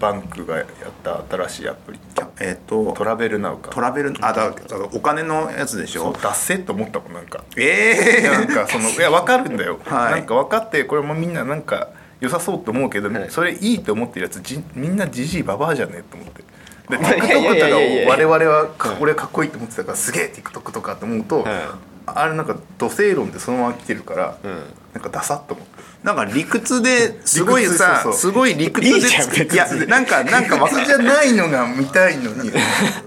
Speaker 3: バンクがやった新しいアプリ
Speaker 1: えっ、と
Speaker 3: トラベルナウか
Speaker 1: トラベルあだだからお金のやつでし
Speaker 3: そう
Speaker 1: ょ
Speaker 3: 出せと思ったもんなんか
Speaker 1: ええ
Speaker 3: なんかそのいや分かるん だよ、
Speaker 1: はい
Speaker 3: なんか分かってこれもみんななんか良さそうと思うけど、
Speaker 2: はい
Speaker 3: それいいと思ってるやつじみんなじじいババアじゃねえと思って。で TikTok
Speaker 2: いやいやい
Speaker 3: と
Speaker 2: や
Speaker 3: か
Speaker 2: いやいや
Speaker 3: を我々はか俺はかっこいいと思ってたからすげえ TikTok とかって思う
Speaker 2: は
Speaker 3: と、
Speaker 2: い
Speaker 3: あれなんか土星論でそのまま来てるから、
Speaker 2: ん
Speaker 3: なんかダサっと思って
Speaker 1: なんか理屈ですごい
Speaker 3: 理屈
Speaker 1: さ
Speaker 3: そうそう
Speaker 1: すごい理屈で
Speaker 2: いいじゃん別に
Speaker 1: いやなんかなんかわ
Speaker 3: 理屈じゃないのが見たいのに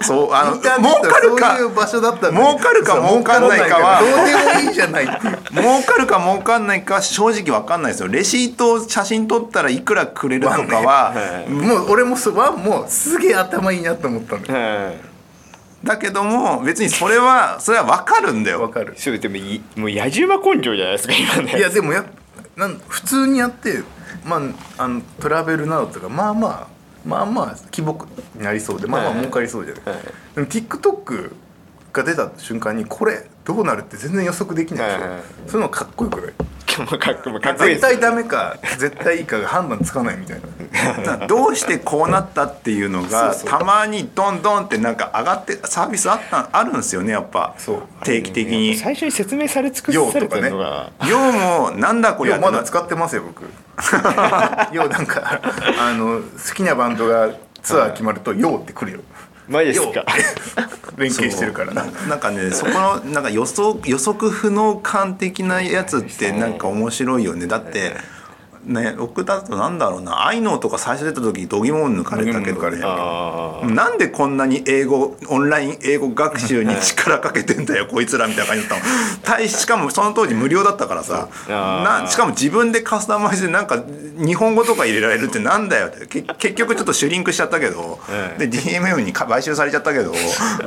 Speaker 1: そうあの
Speaker 3: インターネットは
Speaker 1: 儲かるか
Speaker 3: そういう場所だったのに
Speaker 1: 儲かるか
Speaker 3: そう
Speaker 1: 儲かんないかは
Speaker 3: 儲んないからどうでもいいじゃないっていう
Speaker 1: 儲かるか儲かんないか正直わかんないですよレシートを写真撮ったらいくらくれるとかは、
Speaker 3: もう俺もそワンもすげえ頭いいなと思ったのよ
Speaker 2: は
Speaker 1: だけども別にそれはそれはわかるんだ
Speaker 3: わ
Speaker 1: よ
Speaker 3: かる
Speaker 2: いそれでもいもう野じ馬根性じゃないですか今ね
Speaker 3: いやでもやっなん普通にやって、まあ、あのトラベルなどとかまあまあまあまあ規模になりそうでまあまあ
Speaker 2: はい
Speaker 3: 儲かりそうじゃない、
Speaker 2: はい
Speaker 3: でも TikTok が出た瞬間にこれどうなるって全然予測できないでしょ、
Speaker 2: はいはい
Speaker 3: そういうのかっこよくない
Speaker 2: もうかっこもうかっこいいで
Speaker 3: 絶
Speaker 2: す
Speaker 3: 対ダメか絶対いいかが判断つかないみたいな
Speaker 1: どうしてこうなったっていうのが
Speaker 3: そうそう
Speaker 1: たまにどんどんってなんか上がってサービスあったあるんですよねやっぱ
Speaker 3: そう
Speaker 1: 定期的に。
Speaker 2: 最初に説明され尽く
Speaker 3: 用
Speaker 2: され
Speaker 3: と
Speaker 2: て
Speaker 3: か
Speaker 2: る
Speaker 3: ね
Speaker 2: のが、
Speaker 1: ようもなんだこ
Speaker 3: い
Speaker 1: りゃ
Speaker 3: や
Speaker 1: って
Speaker 3: ま
Speaker 1: な
Speaker 3: だ使ってますよ僕 ようなんかあの好きなバンドがツアー決まると「よう」ってくるよ
Speaker 2: マジですか
Speaker 3: 連携してるから
Speaker 1: ななんかねそこのなんか予想予測不能感的なやつってなんか面白いよねだってね僕だとなんだろうなアイノーとか最初出た時度肝を抜かれたけど
Speaker 3: 度肝抜
Speaker 1: ね
Speaker 3: か
Speaker 2: あ
Speaker 1: なんでこんなに英語オンライン英語学習に力かけてんだよこいつらみたいな感じだったのたいしかもその当時無料だったからさ
Speaker 2: あー
Speaker 1: なしかも自分でカスタマイズでなんか日本語とか入れられるってなんだよってけ結局ちょっとシュリンクしちゃったけど、
Speaker 2: ええ
Speaker 1: で DMM にか買収されちゃったけど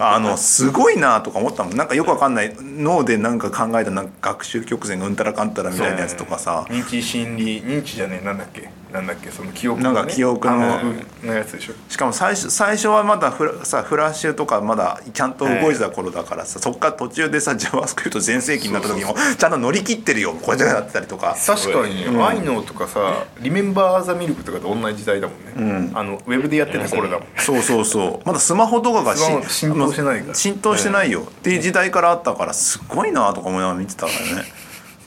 Speaker 1: あのすごいなとか思ったもんなんかよくわかんない脳でなんか考えたなんか学習曲線がうんたらかんたらみたいなやつとかさ、
Speaker 3: 認知心理認知じゃねえなんだっけなんだっけその記憶
Speaker 1: なんか記憶の
Speaker 3: あののやつでしょ
Speaker 1: しかも最初最初はまだフラさフラッシュとかまだちゃんと動いてた頃だからさ、そっから途中でさ JavaScript 全盛期になった時もちゃんと乗り切ってるよこれでなってたりとか
Speaker 3: 確かに、アイノーとかさ「リメンバー・ザ・ミルク」とかと同じ時代だもんね、あのウェブでやってた頃だもん
Speaker 1: そうそうそうまだスマホとかがし
Speaker 3: スマホ浸透してないから
Speaker 1: あの浸透してないよ、っていう時代からあったからすごいなとか思いながら見てたからね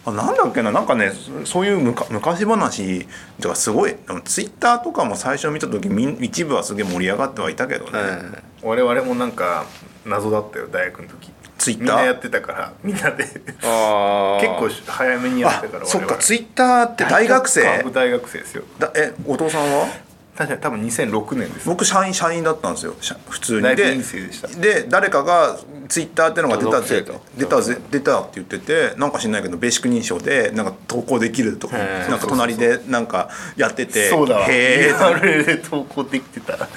Speaker 1: あなんだっけななんかねそそういうむか昔話とかすごいでもツイッターとかも最初見た時みん一部はすげえ盛り上がってはいたけどね、
Speaker 2: あ
Speaker 3: 我々もなんか謎だったよ大学の時
Speaker 1: Twitter
Speaker 3: みんなやってたからみんな で結
Speaker 2: あー
Speaker 3: 構早めにやっ
Speaker 1: あ
Speaker 3: てたから
Speaker 1: そっかツ
Speaker 3: い
Speaker 1: イッターって大学生
Speaker 3: 大学生ですよ
Speaker 1: だえお父さんは
Speaker 3: 確かに多分2006年です
Speaker 1: 僕社員社員だったんですよ社普通に
Speaker 3: 大
Speaker 1: で
Speaker 3: 学院生でした
Speaker 1: で誰かがツイッターってのが出たぜ
Speaker 2: 登録制
Speaker 1: 出たぜ出たって言っててなんか知んないけどベーシック認証でなんか投稿できるとか
Speaker 2: へー
Speaker 1: なんか隣でなんかやってて
Speaker 3: そうだわ
Speaker 1: へえ
Speaker 3: URL で投稿できてた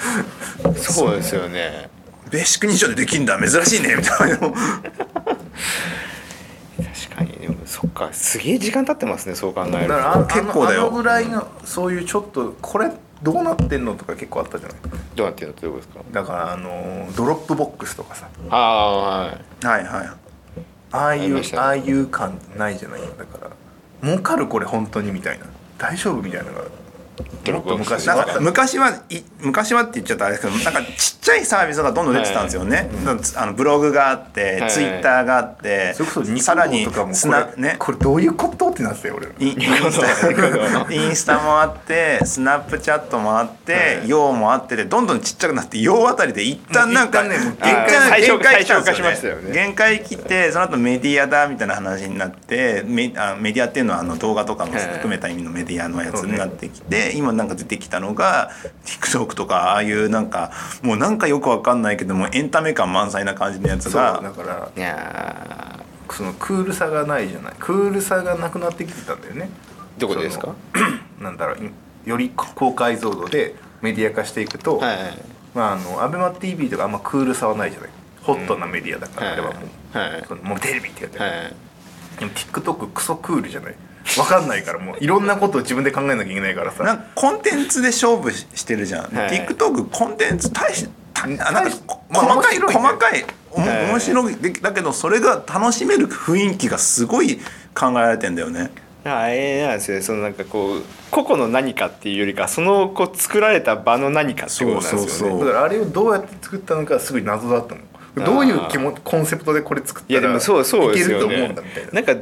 Speaker 2: そうですよね
Speaker 1: ベーシック認証でできんだ珍しいねみたいな
Speaker 2: 確かにでもそっかすげえ時間経ってますねそう考え
Speaker 3: だ
Speaker 2: る
Speaker 3: か
Speaker 2: と
Speaker 3: らあ の
Speaker 1: 結構だよ
Speaker 3: あのあのぐらいのそういうちょっとこれどうなってんのとか結構あったじゃない
Speaker 2: どうなってるのどういうことです
Speaker 3: だからあのドロップボックスとかさ
Speaker 2: かああーは
Speaker 1: は
Speaker 2: い
Speaker 1: いは
Speaker 3: ああい
Speaker 2: あり
Speaker 3: う
Speaker 2: ましたね
Speaker 3: ああいう感ないじゃないよだから儲かるこれ本当にみたいな大丈夫みたいなのが
Speaker 2: ドロップボックス
Speaker 3: もっと
Speaker 1: い
Speaker 3: 昔
Speaker 1: なんか昔はい昔はって言っちゃったらあれですけどなんかちっちゃいサービスがどんどん出てたんですよね、だからつあのブログがあって、
Speaker 2: はい
Speaker 1: ツイッターがあって
Speaker 3: それこそニコ
Speaker 1: さらに
Speaker 3: 動とかも
Speaker 1: つ
Speaker 3: こ
Speaker 1: な
Speaker 3: れ,、
Speaker 1: ね
Speaker 3: これどういうことってなってたよ俺ら
Speaker 1: インインス タインスタもあってスナップチャットもあって「よう」もあってでどんどんちっちゃくなって「よう」あたりで一旦なんか
Speaker 3: もう一旦ねもう
Speaker 2: 最小
Speaker 1: 限界来たんです
Speaker 2: 最小化しましたよ
Speaker 1: よ
Speaker 2: ね
Speaker 1: ね限界来てその後メディアだみたいな話になってメあメディアっていうのはあの動画とかも含めた意味のメディアのやつになってきて今なんか出てきたのが TikTok とかああいうなんかもうなんかよくわかんないけどもエンタメ感満載な感じのやつ
Speaker 3: そう
Speaker 1: が
Speaker 3: だから
Speaker 2: いや
Speaker 3: そのクールさがないじゃないクールさがなくなってきてたんだよね
Speaker 2: ーどこでですか
Speaker 3: その なんだろういより高解像度でメディア化していくと、
Speaker 2: はい
Speaker 3: まあ、あのアベマ t v とかあんまクールさはないじゃないホットなメディアだから、
Speaker 2: はい
Speaker 3: あれはもう,、
Speaker 2: はい
Speaker 3: そのもうテレビってやつ、
Speaker 2: はい
Speaker 3: でも TikTok クソクールじゃないわかんないからもういろんなことを自分で考えなきゃいけないから
Speaker 1: な
Speaker 3: さ
Speaker 1: んかコンテンツで勝負ししてるじゃん、
Speaker 2: はい
Speaker 1: TikTok コンテンツ大し大あなん
Speaker 3: 大
Speaker 1: か
Speaker 3: し
Speaker 1: こ細かい
Speaker 3: 面白いね
Speaker 1: 細かいおも
Speaker 2: はい
Speaker 1: 面白いでだけどそれが楽しめる雰囲気がすごい考えられてんだよね
Speaker 2: だからあれなんですよねそのなんかこう個々の何かっていうよりかそのこう作られた場の何かってことなんですよね
Speaker 1: そうそうそう
Speaker 3: だからあれをどうやって作ったのかすごい謎だったのどういう気もコンセプトでこれ作っ
Speaker 2: い
Speaker 3: た
Speaker 2: やで
Speaker 3: ら
Speaker 2: もそうそうで
Speaker 3: いけ
Speaker 2: す
Speaker 3: ると
Speaker 2: よ
Speaker 3: 思
Speaker 2: ね
Speaker 3: うんだみたいな
Speaker 2: なんか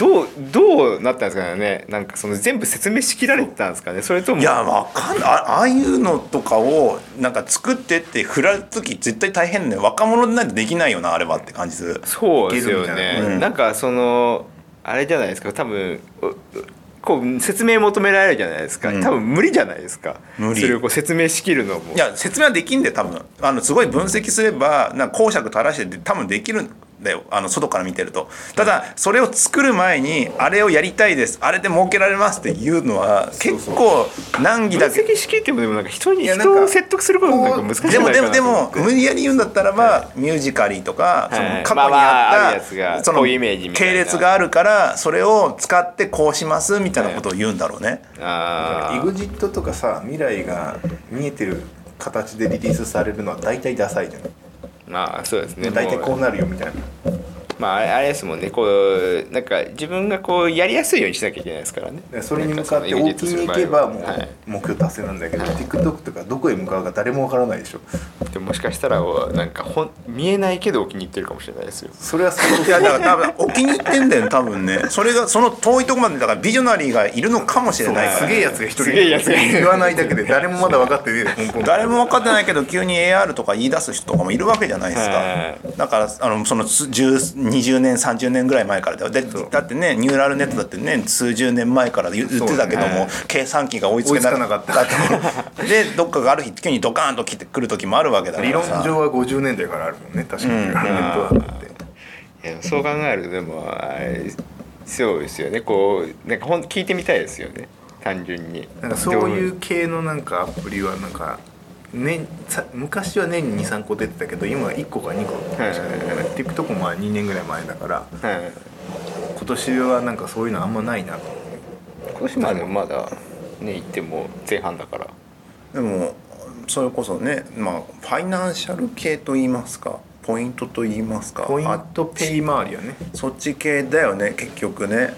Speaker 2: どどうどうなったんですかねなんかその全部説明しきられてたんですかねそれとも
Speaker 1: いやわかんないあああいうのとかをなんか作ってって振られた時絶対大変ね若者でないとできないよなあれはって感じする
Speaker 2: そうですよ
Speaker 3: いけるみた
Speaker 2: ね
Speaker 3: い、な
Speaker 1: うん
Speaker 2: なんかそのあれじゃないですか多分うこう説明求められるじゃないですか、
Speaker 1: うん
Speaker 2: 多分無理じゃないですか
Speaker 1: 無理
Speaker 2: それをこう説明しきるのも
Speaker 1: いや説明はできんだよ多分あのすごい分析すればなんか講釈垂らしてで多分できるんだよあの外から見てるとただそれを作る前にあれをやりたいですあれで儲けられますっていうのは結構難儀
Speaker 2: 分
Speaker 1: だけど
Speaker 2: 析しきってもでもなんか人に
Speaker 3: いやなんか
Speaker 2: 人を説得することなんか難しいんじ
Speaker 1: で
Speaker 2: ゃ
Speaker 1: も
Speaker 2: ない
Speaker 1: で
Speaker 2: かな
Speaker 1: もで
Speaker 2: と思
Speaker 1: も
Speaker 2: って
Speaker 1: 無理やり言うんだったらばミュージカリーとかその
Speaker 2: はい
Speaker 1: 過去に
Speaker 2: まあまあある
Speaker 1: あ
Speaker 2: や
Speaker 1: っ
Speaker 2: つが
Speaker 1: たそ
Speaker 2: こ
Speaker 1: の
Speaker 2: ういうイメージみたいな
Speaker 1: 系列があるからそれを使ってこうしますみたいなことを言うんだろうね。
Speaker 2: あー
Speaker 3: EXIT とかさ未来が見えてる形でリリースされるのは大体ダサいじゃん
Speaker 2: まあそうですね
Speaker 3: 大体
Speaker 2: もう
Speaker 3: こうなるよみたいな
Speaker 2: まああれあれですもんねこうなんか自分がこうやりやすいようにしなきゃいけないですからね
Speaker 3: でそれに向かって
Speaker 2: なん
Speaker 3: 大
Speaker 2: か
Speaker 3: き
Speaker 2: その
Speaker 3: に行けばもう
Speaker 2: はい
Speaker 3: 目標達成なんだけど TikTok とかどこへ向かうか誰もわからないでしょ
Speaker 2: でももしかしたらなんかほん見えないけどお気に入ってるかもしれないですよ
Speaker 3: それは相当
Speaker 1: いやだから多分お気に入ってんだよね多分ねそれがその遠いとこまでだからビジョナリーがいるのかもしれないか
Speaker 3: す
Speaker 1: ら
Speaker 3: げえやつが一人
Speaker 2: すげえやつが
Speaker 3: 言わないだけで誰もまだ分かってね え根本
Speaker 1: 誰も分かってないけど急に AR とか言い出す人とかもいるわけじゃないです
Speaker 2: は
Speaker 1: かだからあのそのす10 20年30年ぐらい前からだよでだってねニューラルネットだってね数十年前から言言ってたけども計算機が追いつけなかった
Speaker 3: 追い
Speaker 1: でどっかがある日急にドカーンと来てくる時もあるわけだか
Speaker 3: 理
Speaker 1: ら
Speaker 3: 論
Speaker 1: さ
Speaker 3: 上は50年代からあるもんね確かに、ネットワークって
Speaker 2: いやそう考えるとでもあれそうですよねこうなんかほん聞いてみたいですよね単純に
Speaker 3: なんかそういう系のなんかアプリはなんか年さ昔は年に23個出てたけど今は1個か2個しか出てない TikTok も2年ぐらい前だから
Speaker 2: はい
Speaker 3: 今年はなんかそういうのあんまないなと思う
Speaker 2: 今年までもまだね行っても前半だから
Speaker 1: でもそれこそねまあファイナンシャル系と言いますかポイントと言いますか
Speaker 3: ポイ
Speaker 1: あ
Speaker 3: ントペイ周りはね
Speaker 1: そっち系だよね結局ね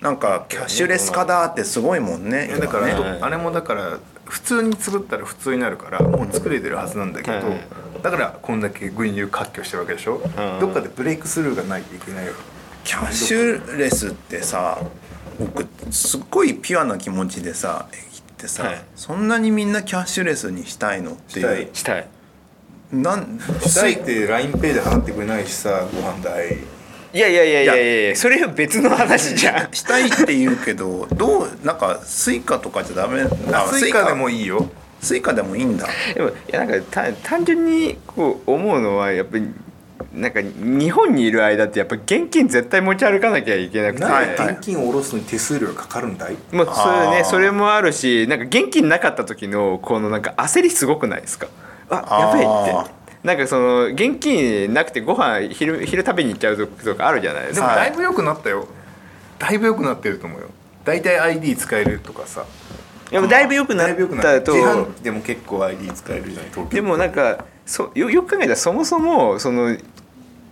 Speaker 1: なんかキャッシュレス化だってすごいもんね
Speaker 3: いやだから、
Speaker 1: 今ね
Speaker 2: はい
Speaker 3: あれもだから普通に作ったら普通になるからもう作れてるはずなんだけど、
Speaker 2: はい
Speaker 3: だからこんだけ群雄割拠してるわけでしょ、
Speaker 2: ん
Speaker 3: どっかでブレイクスルーがないといけないよ
Speaker 1: キャッシュレスってさ僕すっごいピュアな気持ちでさ生きてさ、
Speaker 2: はい
Speaker 1: そんなにみんなキャッシュレスにしたいのって
Speaker 3: した
Speaker 1: い
Speaker 3: いう
Speaker 2: したい
Speaker 1: なん
Speaker 3: したいって LINEPay で払ってくれないしさご飯代
Speaker 2: いやいやいやいやいやいやそれは別の話じゃん
Speaker 1: したいって言うけどどうなんかスイカとかじゃダメ
Speaker 3: あスイカでも
Speaker 1: い
Speaker 3: いいよ
Speaker 1: スイカでもいいんだ
Speaker 2: でもいやなんか単単純にこう思うのはやっぱりなんか日本にいる間ってやっぱ現金絶対持ち歩かなきゃいけなくて、
Speaker 3: なん
Speaker 1: はい
Speaker 3: で現金を下ろすのに手数料がかかるんだい
Speaker 2: もうそういう
Speaker 1: あー
Speaker 2: ねそれもあるしなんか現金なかった時のこのなんか焦りすごくないですかあやべえ
Speaker 1: あ
Speaker 2: ってなんかその現金なくてご飯昼昼食べに行っちゃう時とかあるじゃないです
Speaker 3: で
Speaker 2: か、
Speaker 3: も
Speaker 1: はい
Speaker 3: だいぶ良くなったよだいぶ良くなってると思うよ大体 ID 使えるとかさ
Speaker 2: でもだいぶ良くな
Speaker 3: だいぶ良く
Speaker 2: っ
Speaker 3: な
Speaker 2: た
Speaker 3: る
Speaker 2: と
Speaker 3: 自販でも結構 ID 使えるじゃん東京
Speaker 2: でもなんかそよよく考えたらそもそもその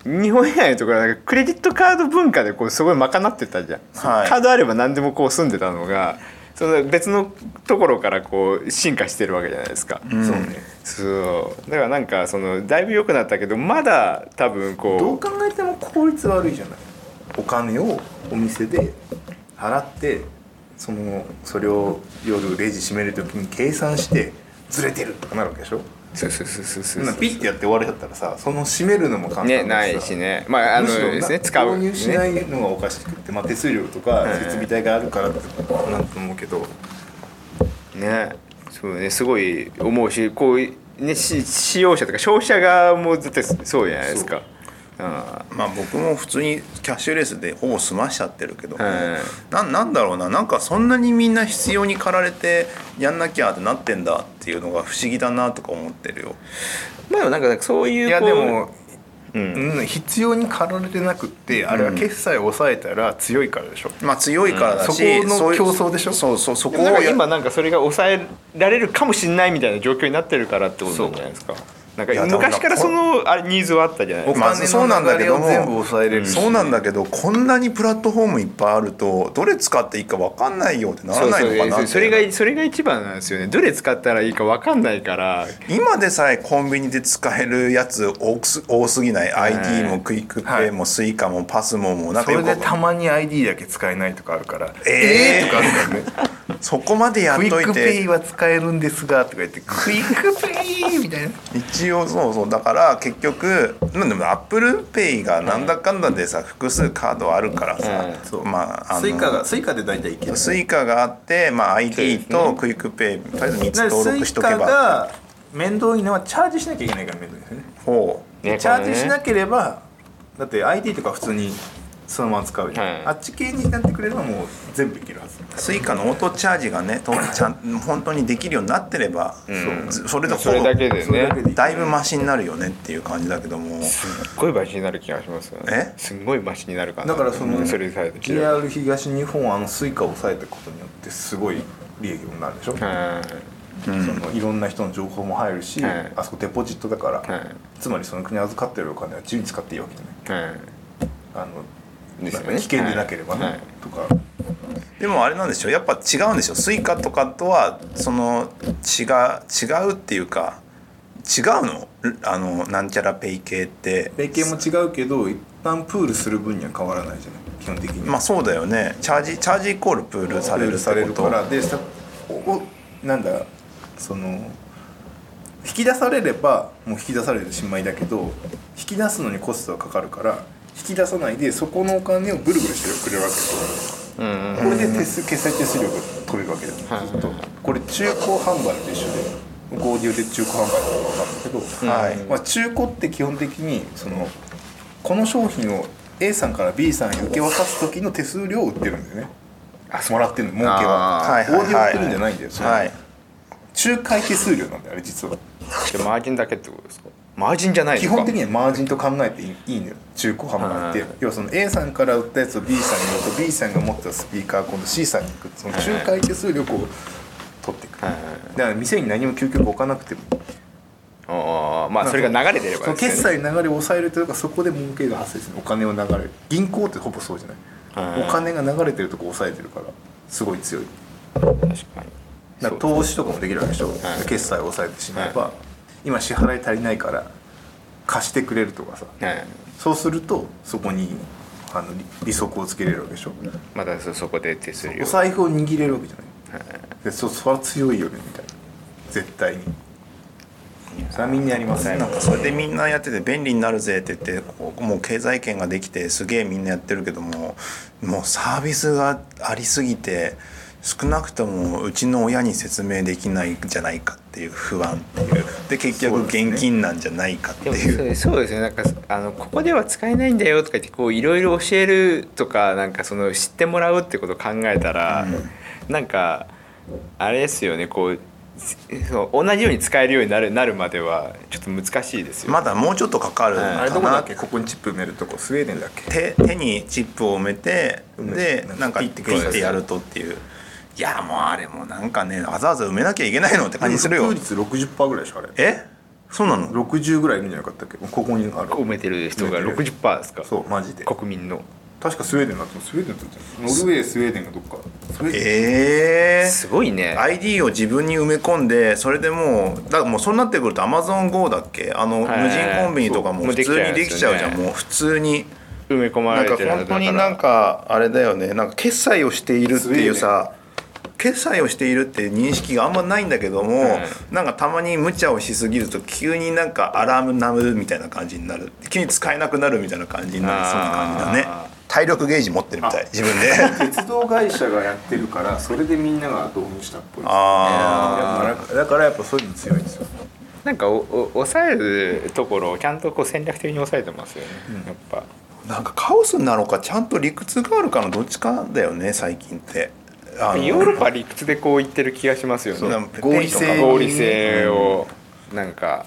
Speaker 2: 日本以外のところはなんかクレジットカード文化でこうすごい賄ってたじゃん、
Speaker 1: はい
Speaker 2: カードあれば何でもこう住んでたのがその別のところからこう進化してるわけじゃないですか、
Speaker 3: そうね
Speaker 2: そうだからなんかそのだいぶ良くなったけどまだ多分
Speaker 3: ど
Speaker 2: こ
Speaker 3: う考えても効率悪いじゃないお金をお店で払ってそのそれを夜レジ閉める時に計算してずれてるとかなるわけでしょ
Speaker 2: うそうそうそうそう
Speaker 3: そ
Speaker 2: そ
Speaker 3: ん
Speaker 2: う
Speaker 3: なピッてやって終われちゃったらさその閉めるのも簡単だ
Speaker 2: ね
Speaker 3: しさ
Speaker 2: ないしねまああの
Speaker 3: むしろな
Speaker 2: ですね使う
Speaker 3: 購入しないのがおかしくて、まあ、手数料とか設備代があるからってなんと思うけど
Speaker 2: ねそうねすごい思うしこうねし使用者とか消費者側も絶対そうじゃないですか。うん
Speaker 1: まあ僕も普通にキャッシュレスでほぼ済ましちゃってるけど、
Speaker 2: は
Speaker 1: ななんだろうななんかそんなにみんな必要に駆られてやんなきゃってなってんだっていうのが不思議だなとか思ってるよ。
Speaker 2: まあでもなんかそういう
Speaker 3: いや
Speaker 2: こう
Speaker 3: でも、
Speaker 2: う
Speaker 3: うん、必要に駆られてなくってあれは決済を抑えたら強いからでしょ、
Speaker 1: まあ強いからだし、
Speaker 3: うんそこの競争でしょ
Speaker 1: そうそうそ
Speaker 2: で
Speaker 1: こ
Speaker 2: も
Speaker 1: を
Speaker 2: なんか
Speaker 1: や
Speaker 2: 今なんかそれが抑えられるかもしれないみたいな状況になってるからってことなんじゃないですか。なんか
Speaker 1: いや
Speaker 2: 昔からそのあれニーズはあったじゃないです
Speaker 4: 僕
Speaker 2: か
Speaker 1: まあ
Speaker 4: お金の
Speaker 1: そうなんだけども
Speaker 4: 流れを全部抑えれるし
Speaker 1: そうなんだけどこんなにプラットフォームいっぱいあるとどれ使っていいか分かんないよってな
Speaker 2: そ
Speaker 1: ら
Speaker 2: う
Speaker 1: ない
Speaker 2: そ
Speaker 1: のかな
Speaker 2: う
Speaker 1: って
Speaker 2: そうそれがそれが一番なんですよねどれ使ったらいいか分かんないから
Speaker 1: 今でさえコンビニで使えるやつ多す多すぎない ID もクイックペイもスイカもパスモもなん
Speaker 4: そ
Speaker 1: かよ
Speaker 4: れ
Speaker 1: く
Speaker 4: でたまに ID だけ使えないとかあるから「
Speaker 1: えー
Speaker 4: えー!」とかあるからね
Speaker 1: そこまで
Speaker 4: 「
Speaker 1: やっ
Speaker 4: クイ
Speaker 1: と
Speaker 4: ッ
Speaker 1: い
Speaker 4: クペイ
Speaker 1: て
Speaker 4: は使えるんですが」とか言って「クイックペイ!」みたいな
Speaker 1: 一応そうそうだから結局なんでもアップルペイがなんだかんだでさ複数カードあるからさ
Speaker 2: うん
Speaker 4: そう
Speaker 1: まああの
Speaker 3: スイカがスイカで大体いける
Speaker 1: スイカがあって、まあ、ID とクイックペイとりあえず3つ登録しとけ
Speaker 3: スイカ
Speaker 1: ば
Speaker 3: が面倒いのはチャージしなきゃいけないから面倒いですよね
Speaker 1: ほう
Speaker 2: ね
Speaker 3: チャージしな
Speaker 2: こ
Speaker 3: ければだって ID とか普通にそのまま使うじゃん、
Speaker 2: はい
Speaker 3: あっち系になってくれればもう全部いけるはず
Speaker 1: スイカのオートチャージがねとちゃん本当にできるようになってれば、そうそれ
Speaker 2: れ
Speaker 1: で
Speaker 2: ね
Speaker 1: ほ
Speaker 2: それだけで
Speaker 3: それ
Speaker 2: ね
Speaker 3: だけでいい
Speaker 1: だいぶマシになるよねっていう感じだけども
Speaker 2: すっごいマシになる気がしますよね
Speaker 1: え
Speaker 2: すんごいマシになるかな
Speaker 3: だからその
Speaker 2: それさえできれば
Speaker 3: JR 東日本はあのスイカを抑えたことによってすごい利益もなるでしょ、
Speaker 2: はい
Speaker 3: そのいろんな人の情報も入るし、
Speaker 2: はい
Speaker 3: あそこデポジットだから、
Speaker 2: はい
Speaker 3: つまりその国に預かってるお金は自由に使っていいわけじゃない
Speaker 2: は
Speaker 3: あの
Speaker 2: いですよね
Speaker 3: なんか危険でなければね、
Speaker 2: はいはい
Speaker 3: とか
Speaker 1: でもあれなんでしょうやっぱ違うんでしょスイカとかとはその違う違うっていうか違うのあのなんちゃらペイ系って
Speaker 3: 米系も違うけど一旦プールする分には変わらないじゃない基本的に
Speaker 1: まあそうだよねチャージチャージイコールプールされる
Speaker 3: さ
Speaker 1: っ
Speaker 3: れ
Speaker 1: て
Speaker 3: る
Speaker 1: こと
Speaker 3: からでさおおなんだその引き出されればもう引き出されてしまいだけど引き出すのにコストがかかるから引き出さないでそこのお金をぐるぐるしてくれるわけ
Speaker 2: うん
Speaker 3: これで手数決済手数料が取れるわけだよ
Speaker 2: はい
Speaker 3: ずっとこれ中古販売と一緒で合流で中古販売とか分かるんだけど、
Speaker 1: はい
Speaker 3: まあ、中古って基本的にそのこの商品を A さんから B さんへ受け渡す時の手数料を売ってるんだよねもらってるの儲けは
Speaker 2: あー
Speaker 1: はいはいはい
Speaker 3: オーディオ売ってるんじゃないんだよそれ
Speaker 1: はい
Speaker 3: 仲介手数料なんだよあれ実は
Speaker 2: でマージンだけってことですかマージンじゃないの
Speaker 3: 基
Speaker 2: か
Speaker 3: 本的にはマージンと考えていいいいのよ中古販売って、
Speaker 2: はい
Speaker 3: 要はその A さんから売ったやつを B さんに売ると B さんが持ってたスピーカー今度 C さんに行くその仲介手数料をこう取っていく、
Speaker 2: はいはいはい
Speaker 3: だから店に何も究極置かなくても
Speaker 2: ああまあそれが流れてれ
Speaker 3: そ
Speaker 2: ば
Speaker 3: の
Speaker 2: ですよね
Speaker 3: 決済の流れを抑えるというかそこで儲けが発生するお金を流れる銀行ってほぼそうじゃない、
Speaker 2: はい
Speaker 3: お金が流れてるとこ抑えてるからすごい強い
Speaker 2: 確かに
Speaker 3: だから投資とかもできるわけでしょ、
Speaker 2: はい
Speaker 3: 決済を抑えてしまえば、今支払い足りないから貸してくれるとかさ、
Speaker 2: はい
Speaker 3: そうするとそこにあの利利息をつけれるわけでしょ
Speaker 2: まだそそこで手数料
Speaker 3: お財布を握れるわけじゃないでそそれは強いよねみたいな絶対にそれはみんなやりますね
Speaker 1: なんかそれでみんなやってて便利になるぜって言ってこうもう経済圏ができてすげえみんなやってるけどももうサービスがありすぎて少なくともうちの親に説明できないんじゃないかっていう不安っていうで結局現金なんじゃないかって
Speaker 2: でも
Speaker 1: いう
Speaker 2: そうそうですねなんかあのここでは使えないんだよとか言ってこういろいろ教えるとかなんかその知ってもらうってことを考えたら、なんかあれですよねこうすそう同じように使えるようになるなるまではちょっと難しいですよ、
Speaker 1: まだもうちょっとかかるの
Speaker 2: はい
Speaker 3: あ
Speaker 1: か
Speaker 3: れどこ
Speaker 1: な
Speaker 3: だっ
Speaker 1: って
Speaker 3: けここにチップ埋めるとこスウェーデンだっけ
Speaker 1: 手手にチップを埋めて
Speaker 3: うん
Speaker 1: でなんか
Speaker 3: ピ
Speaker 1: ピッ
Speaker 3: ッて
Speaker 1: て
Speaker 3: くるやつ
Speaker 1: やるとっていういやもうあれもなんかねわざわざ埋めなきゃいけないのって感じするよ
Speaker 3: 普及率60%ぐらいでしょあれ
Speaker 1: えそうなの
Speaker 3: 60ぐらいいるんじゃなかったっけここにある
Speaker 2: 埋めてる人が
Speaker 3: 埋めてる
Speaker 2: 60%ですか
Speaker 3: そうマジで
Speaker 2: 国民の
Speaker 3: 確かスウェーデンだったスウェーデンだったノルウェースウェーデンがどっかスウェーデン
Speaker 1: ええ
Speaker 2: すごいね
Speaker 1: ID を自分に埋め込んでそれでもうだからもうそうなってくると AmazonGO だっけあの無
Speaker 2: はい
Speaker 1: 人コンビニとか
Speaker 2: そう
Speaker 1: も
Speaker 2: も
Speaker 1: 普
Speaker 2: うできち
Speaker 1: 通
Speaker 2: ゃ
Speaker 1: に
Speaker 2: いますよね
Speaker 1: できちゃうじゃんもう普通に
Speaker 2: 埋め込ま
Speaker 1: なん
Speaker 2: れ
Speaker 1: か
Speaker 2: てるは
Speaker 1: 本
Speaker 2: ずだ
Speaker 1: 当
Speaker 2: ら
Speaker 1: になんかあれだよねなんか決済をしているっていうさ決済をしているっていう認識があんまないんだけども、
Speaker 2: はい
Speaker 1: なんかたまに無茶をしすぎると急になんかアラーム鳴るみたいな感じになる急に使えなくなるみたいな感じになりそうな感じだね
Speaker 2: あ
Speaker 1: 体力ゲージ持ってるみたい自分で
Speaker 3: 鉄道会社がやってるからそれでみんなが導入したっぽいです
Speaker 1: あ
Speaker 3: だからだからやっぱそういうの強いんですよ
Speaker 2: なんかおお抑えるところをちゃんとこう戦略的に抑えてますよね、やっぱ
Speaker 1: なんかカオスなのかちゃんと理屈があるかのどっちかだよね最近ってあの
Speaker 2: ヨーロッパ理屈でこう言ってる気がしますよね
Speaker 1: なんか
Speaker 3: 合理性
Speaker 1: ペイとか
Speaker 2: 合理性をなんか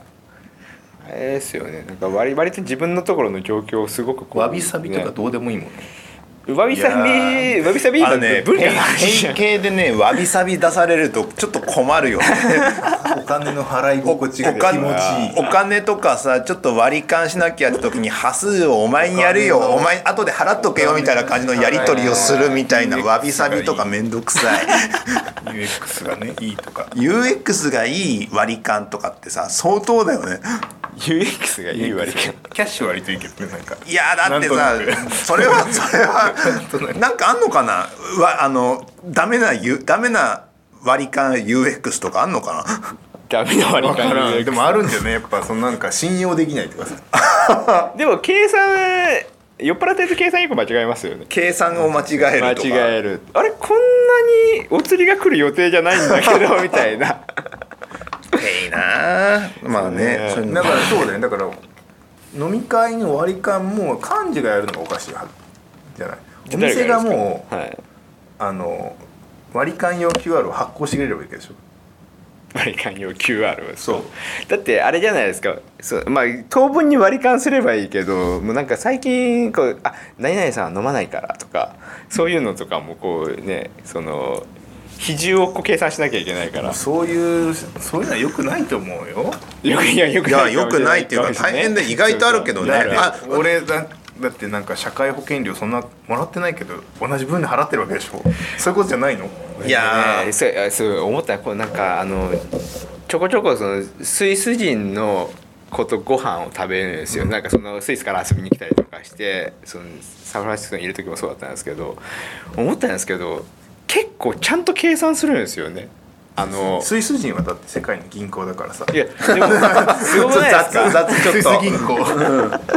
Speaker 2: あれですよねなんか割割と自分のところの状況をすごくこう
Speaker 4: わびさびとか
Speaker 2: ね
Speaker 4: どうでもいいもんね
Speaker 2: わびさびわびさび
Speaker 1: あのね
Speaker 2: 文化の話じゃ
Speaker 1: 変
Speaker 2: ん
Speaker 1: 形でねわびさび出されるとちょっと困 るよね
Speaker 3: お金の払い心地が
Speaker 1: お
Speaker 3: 気持ちいい
Speaker 1: 金お金とかさちょっと割り勘しなきゃって時に端数をお前にやるよ
Speaker 3: お金の
Speaker 1: お前後で払っとけよみたいな感じのやり取りをするみたいなわびさびとかめんどく さい
Speaker 3: UX がねいいとか
Speaker 1: UX がいい割り勘とかってさ相当だよね
Speaker 2: UX がいい割り勘
Speaker 3: キャッシュ割といいけどねなんか
Speaker 1: いやだって
Speaker 3: な
Speaker 1: さ
Speaker 3: んとな
Speaker 1: それはそれはなんかあんのかなうわあのダメなゆダメな割り勘 UX とかあんのかな
Speaker 2: ダメな割り
Speaker 3: 分
Speaker 2: 勘
Speaker 3: からん
Speaker 2: UX
Speaker 3: でもあるんだよねやっぱそのなんか信用できないとかさ
Speaker 2: でも計算酔っ払ってると計算一個間違えますよね
Speaker 1: 計算を間違え
Speaker 2: 間
Speaker 1: るとか
Speaker 2: 違えるあれこんなにお釣りが来る予定じゃないんだけどみた いな
Speaker 1: えいなあまあね
Speaker 2: ね
Speaker 1: そういうの
Speaker 3: だからそうだよねだから飲み会の割り勘も幹事がやるのがおかしいはずじゃないお店がもう
Speaker 2: はい
Speaker 3: あの割り勘用 QR を発行してくれればいいわけでしょ
Speaker 2: 割り勘用 QR を
Speaker 3: そう
Speaker 2: だってあれじゃないですかそうまあ当分に割り勘すればいいけどもうなんか最近こう「あ何々さんは飲まないから」とかそういうのとかもこうねその比重をこう計算しなきゃいけないから
Speaker 3: そういうそういうのは良くないと思うよ
Speaker 2: よくいやよく
Speaker 1: いやよくないっていうか大変で意外とあるけどね
Speaker 2: なる
Speaker 1: あ
Speaker 3: 俺だだってなんか社会保険料そんなもらってないけど同じ分で払ってるわけでしょそういうことじゃないの
Speaker 1: いや
Speaker 2: ねそうあそう思ったこうなんかあのちょこちょこそのスイス人の子とご飯を食べるんですよ、なんかそのスイスから遊びに来たりとかしてそのサンフランシスコにいる時もそうだったんですけど思ったんですけど結構ちゃんと計算するんですよねあの
Speaker 3: スイス人はだって世界の銀行だからさ
Speaker 2: いやでもすごくないですか
Speaker 1: 雑ちょっ
Speaker 3: スイス
Speaker 1: と
Speaker 3: 銀行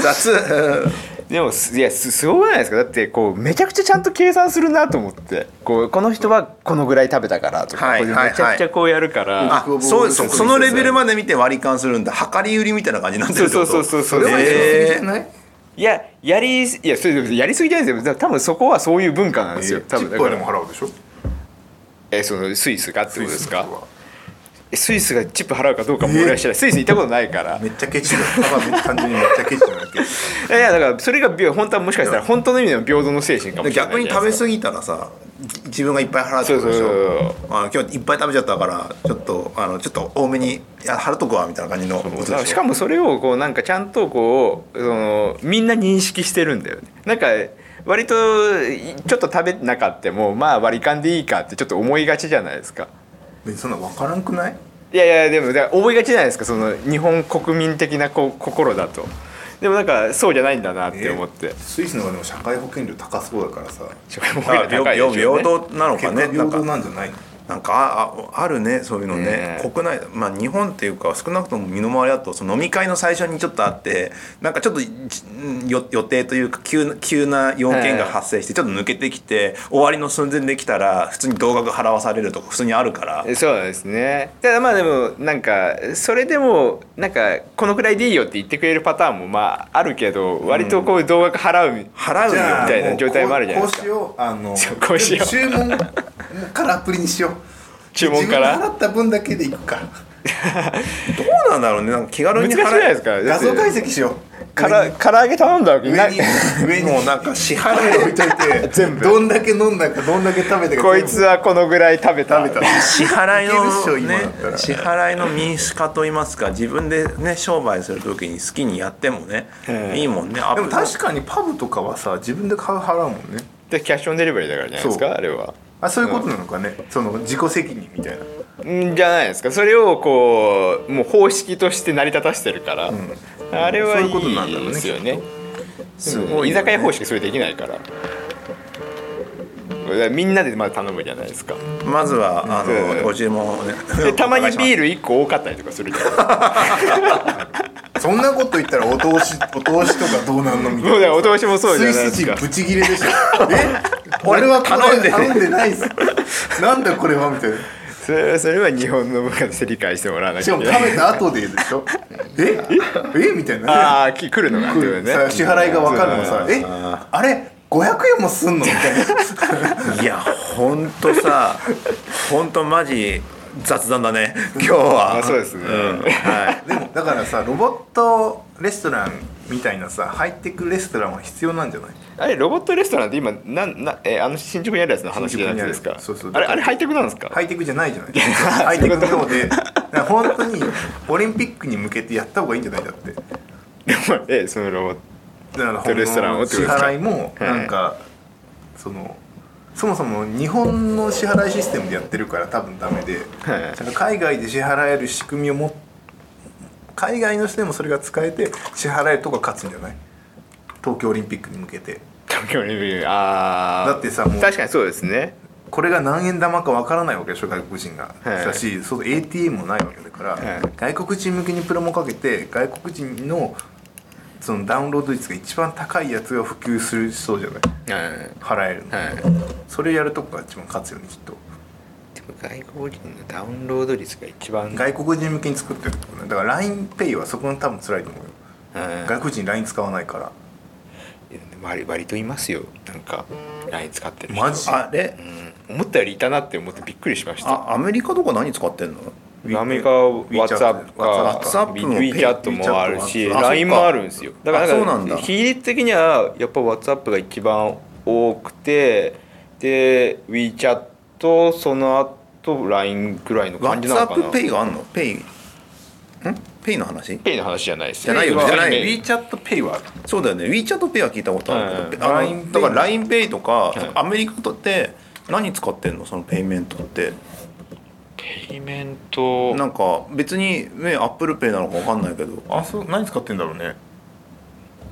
Speaker 1: 雑うん
Speaker 2: でもすいやすすごくないですかだってこうめちゃくちゃちゃんと計算するなと思ってこうこの人はこのぐらい食べたからとか、
Speaker 1: はい
Speaker 2: こう
Speaker 1: はいはい
Speaker 2: めちゃくちゃこうやるから、
Speaker 1: あそうそうそのレベルまで見て割り勘するんだ量り売りみたいな感じになってるってこと
Speaker 2: そうそうそうそう
Speaker 1: それはええ
Speaker 3: じゃない
Speaker 2: いややりいやそれでもやりすぎじゃないですよだから多分そこはそういう文化なんですよ、多
Speaker 3: チ
Speaker 2: 分だ
Speaker 3: ップ
Speaker 2: か
Speaker 3: はでも
Speaker 2: ら
Speaker 3: 払うでしょ
Speaker 2: えそのスイスがってことです
Speaker 3: スイス
Speaker 2: か
Speaker 3: の人は
Speaker 2: えスイスがチップ払うかどうかも俺は知らない、スイス行ったことないから
Speaker 3: めっちゃケチだよただめ単純にめっちゃケチだなって
Speaker 2: いやいやだからそれがびょ本当はもしかしたら本当の意味での平等の精神かもしれない
Speaker 1: 逆に食べ
Speaker 2: ぎ
Speaker 1: 過ぎたらさじ自分がいっぱい払うってことでし
Speaker 2: そうそう
Speaker 1: ょあの今日いっぱい食べちゃったからちょっとあのちょっと多めにいや払っとくわみたいな感じのことでしょ
Speaker 2: しかもそれをこうなんかちゃんとこうそのみんな認識してるんだよねなんか割といちょっと食べなかってもまあ割り勘でいいかってちょっと思いがちじゃないですか
Speaker 3: 別にそんな分からんくない
Speaker 2: いやいやでもだから思いがちじゃないですかその日本国民的なこう心だとでもなんかそうじゃないんだなって思って、
Speaker 3: スイスの方がでも社会保険料高そうだからさ
Speaker 2: 社会保
Speaker 1: あ
Speaker 2: 険料高い
Speaker 1: 平
Speaker 2: でしょ
Speaker 1: 平
Speaker 2: うね
Speaker 1: 等なのか
Speaker 3: 結
Speaker 1: ねな
Speaker 3: 果平
Speaker 1: ん
Speaker 3: 等
Speaker 1: か
Speaker 3: なんじゃないの
Speaker 1: なんかあああるねそういうのね
Speaker 2: ねえ
Speaker 1: 国内まあ日本っていうか少なくとも身の回りだとその飲み会の最初にちょっとあってなんかちょっとじんよ予定というか急な急な要件が発生してちょっと抜けてきて終わりの寸前できたら普通に動画が払わされるとか普通にあるから
Speaker 2: そうですねただまあでもなんかそれでもなんかこのくらいでいいよって言ってくれるパターンもまああるけど割とこういう動画払う、
Speaker 1: 払う
Speaker 3: じ
Speaker 1: よ
Speaker 3: ゃあ
Speaker 2: みたいな状態もあるじゃないですか
Speaker 3: も うこうしようあの
Speaker 2: こうしよう
Speaker 3: 注文からアプリにしよう
Speaker 2: 注文から
Speaker 3: 自分が払った分だけでいくから
Speaker 1: どうなんだろうねなんか気軽
Speaker 2: 難し
Speaker 1: に
Speaker 2: くないです
Speaker 1: 払
Speaker 2: か
Speaker 3: 画像解
Speaker 2: 析
Speaker 3: 析しよう
Speaker 2: から 唐揚げ頼んだわけ
Speaker 3: 上
Speaker 2: な
Speaker 3: に上
Speaker 1: え
Speaker 3: に
Speaker 1: もうなんか支払
Speaker 3: 上に置い
Speaker 1: い
Speaker 3: といて全部どんだけ飲んだかどんだけ食べたか
Speaker 2: こいつはこのぐらい食べた
Speaker 3: 全部食べた
Speaker 1: 支払い
Speaker 3: いけるっしょ
Speaker 1: の、
Speaker 3: 今だった
Speaker 1: ね、
Speaker 3: ら
Speaker 1: 支払いの民主化といいますか自分でね商売する時に好きにやってもねいいもんねア
Speaker 3: でも確かにパブとかはさ自分で買う払うもんね
Speaker 2: でキャッシュオンデリバリーだからじゃないです
Speaker 3: そ
Speaker 2: か
Speaker 3: う
Speaker 2: あれは
Speaker 3: あそういうことなのかね、その自己責任みたいな
Speaker 2: うんじゃないですかそれをこうもう方式として成り立たしてるから、あれはい
Speaker 3: そういうことなんだろ
Speaker 2: いう
Speaker 3: ね
Speaker 2: ですよね
Speaker 1: す
Speaker 2: でも
Speaker 1: ごい
Speaker 2: 居
Speaker 1: よね
Speaker 2: 酒屋方式それできないからだからみんなでまず頼むじゃないですか
Speaker 1: まずはあ
Speaker 2: う
Speaker 1: の
Speaker 2: ん
Speaker 1: ご注文 をね
Speaker 2: でたまにビ
Speaker 1: ー
Speaker 2: ール1個多かったりとかするじゃん
Speaker 3: そんなこと言ったらお通しお通しとかどうなんのみたい
Speaker 2: もう
Speaker 3: な
Speaker 2: だからお通しもそうじゃないで
Speaker 3: ス
Speaker 2: す
Speaker 3: イス
Speaker 2: か
Speaker 3: 人ブチギレでしょえ俺はこれ
Speaker 1: 頼んでね
Speaker 3: 頼んでないっすなんだこれはみたいな
Speaker 2: それはそれは日本の文化として理解してもらわな
Speaker 3: し
Speaker 2: きゃい
Speaker 3: かも
Speaker 2: け
Speaker 3: 食
Speaker 2: ない
Speaker 3: べた後ででしょええみたいな
Speaker 2: ああき来るのがってことね
Speaker 3: さ支払いが分かるのさえあれ500円もすんのみたいない
Speaker 1: やほんとさほんとマジ雑談だね今日は
Speaker 2: あそうですね
Speaker 1: んはい
Speaker 3: でもだからさロボットレストランみたいなさハイテクレストランは必要なんじゃない
Speaker 2: あれロボットレストランって今なんな、えーあの新宿にあるやつの話じゃないですか
Speaker 3: 新宿にあるそうそう
Speaker 2: あれあれハイテクなんですか、
Speaker 3: ハイテクじゃないじゃないハイテクの方でだから本当にオリンピックに向けてやった方がいいんじゃないだって
Speaker 2: でも えーそのロボット
Speaker 3: だから
Speaker 2: レストランをってこと
Speaker 3: 支
Speaker 2: ですか
Speaker 3: 払いもなんか、そのそもそも日本の支払いシステムでやってるから多分ダメで、
Speaker 2: はい
Speaker 3: その海外で支払える仕組みをもっ海外の人でもそれが使えて支払えるとこが勝つんじゃない東京オリンピックに向けて
Speaker 2: 東京オリンピックああ
Speaker 3: だってさもう
Speaker 2: 確かにそうですね
Speaker 3: これが何円玉かわからないわけでしょ外国人が、
Speaker 2: はい
Speaker 3: だしそう ATM もないわけだから、
Speaker 2: はい
Speaker 3: 外国人向けにプロもかけて外国人のそのダウンロード率が一番高いやつが普及するそうじゃない
Speaker 2: はいはい
Speaker 3: 払えるの、
Speaker 2: はい
Speaker 3: それやるとこが一番勝つよねきっと
Speaker 2: でも外国人のダウンロード率が一番
Speaker 3: 外国人向けに作ってるとこねだから LINEPay はそこが多分辛いと思うよ、
Speaker 2: うん
Speaker 3: 外国人 LINE 使わないから
Speaker 2: 割割といますよなんか LINE 使ってる人
Speaker 3: マジ
Speaker 1: あれ
Speaker 2: うん、思ったよりいたなって思ってびっくりしました
Speaker 1: あアメリカとか何使ってんの
Speaker 2: アメリカは WhatsApp か
Speaker 1: WhatsApp も
Speaker 2: WeChat もあるし
Speaker 1: WeChat も
Speaker 2: LINE もあるんですよだから
Speaker 1: あ
Speaker 2: な
Speaker 1: そ
Speaker 2: ん
Speaker 1: う
Speaker 2: か
Speaker 1: なんだ
Speaker 2: 比率的にはやっぱ WhatsApp が一番多くてで WeChat とその後 LINE ぐらいの感じなのかな
Speaker 1: WhatsAppPay があんの ?Pay ん ?Pay の話
Speaker 2: Pay の話じゃないです
Speaker 1: じゃないよじゃない
Speaker 3: WeChatPay はある
Speaker 1: そうだよね WeChatPay は聞いたことあるけど、
Speaker 3: はい
Speaker 1: あの
Speaker 3: LINE
Speaker 1: だから LINEPay とか、
Speaker 2: い
Speaker 1: アメリカとって何使ってんのそのペイメントって
Speaker 2: ペイメント
Speaker 1: なんか別にね ApplePay なのか分かんないけど
Speaker 3: あそう何使ってんだろうね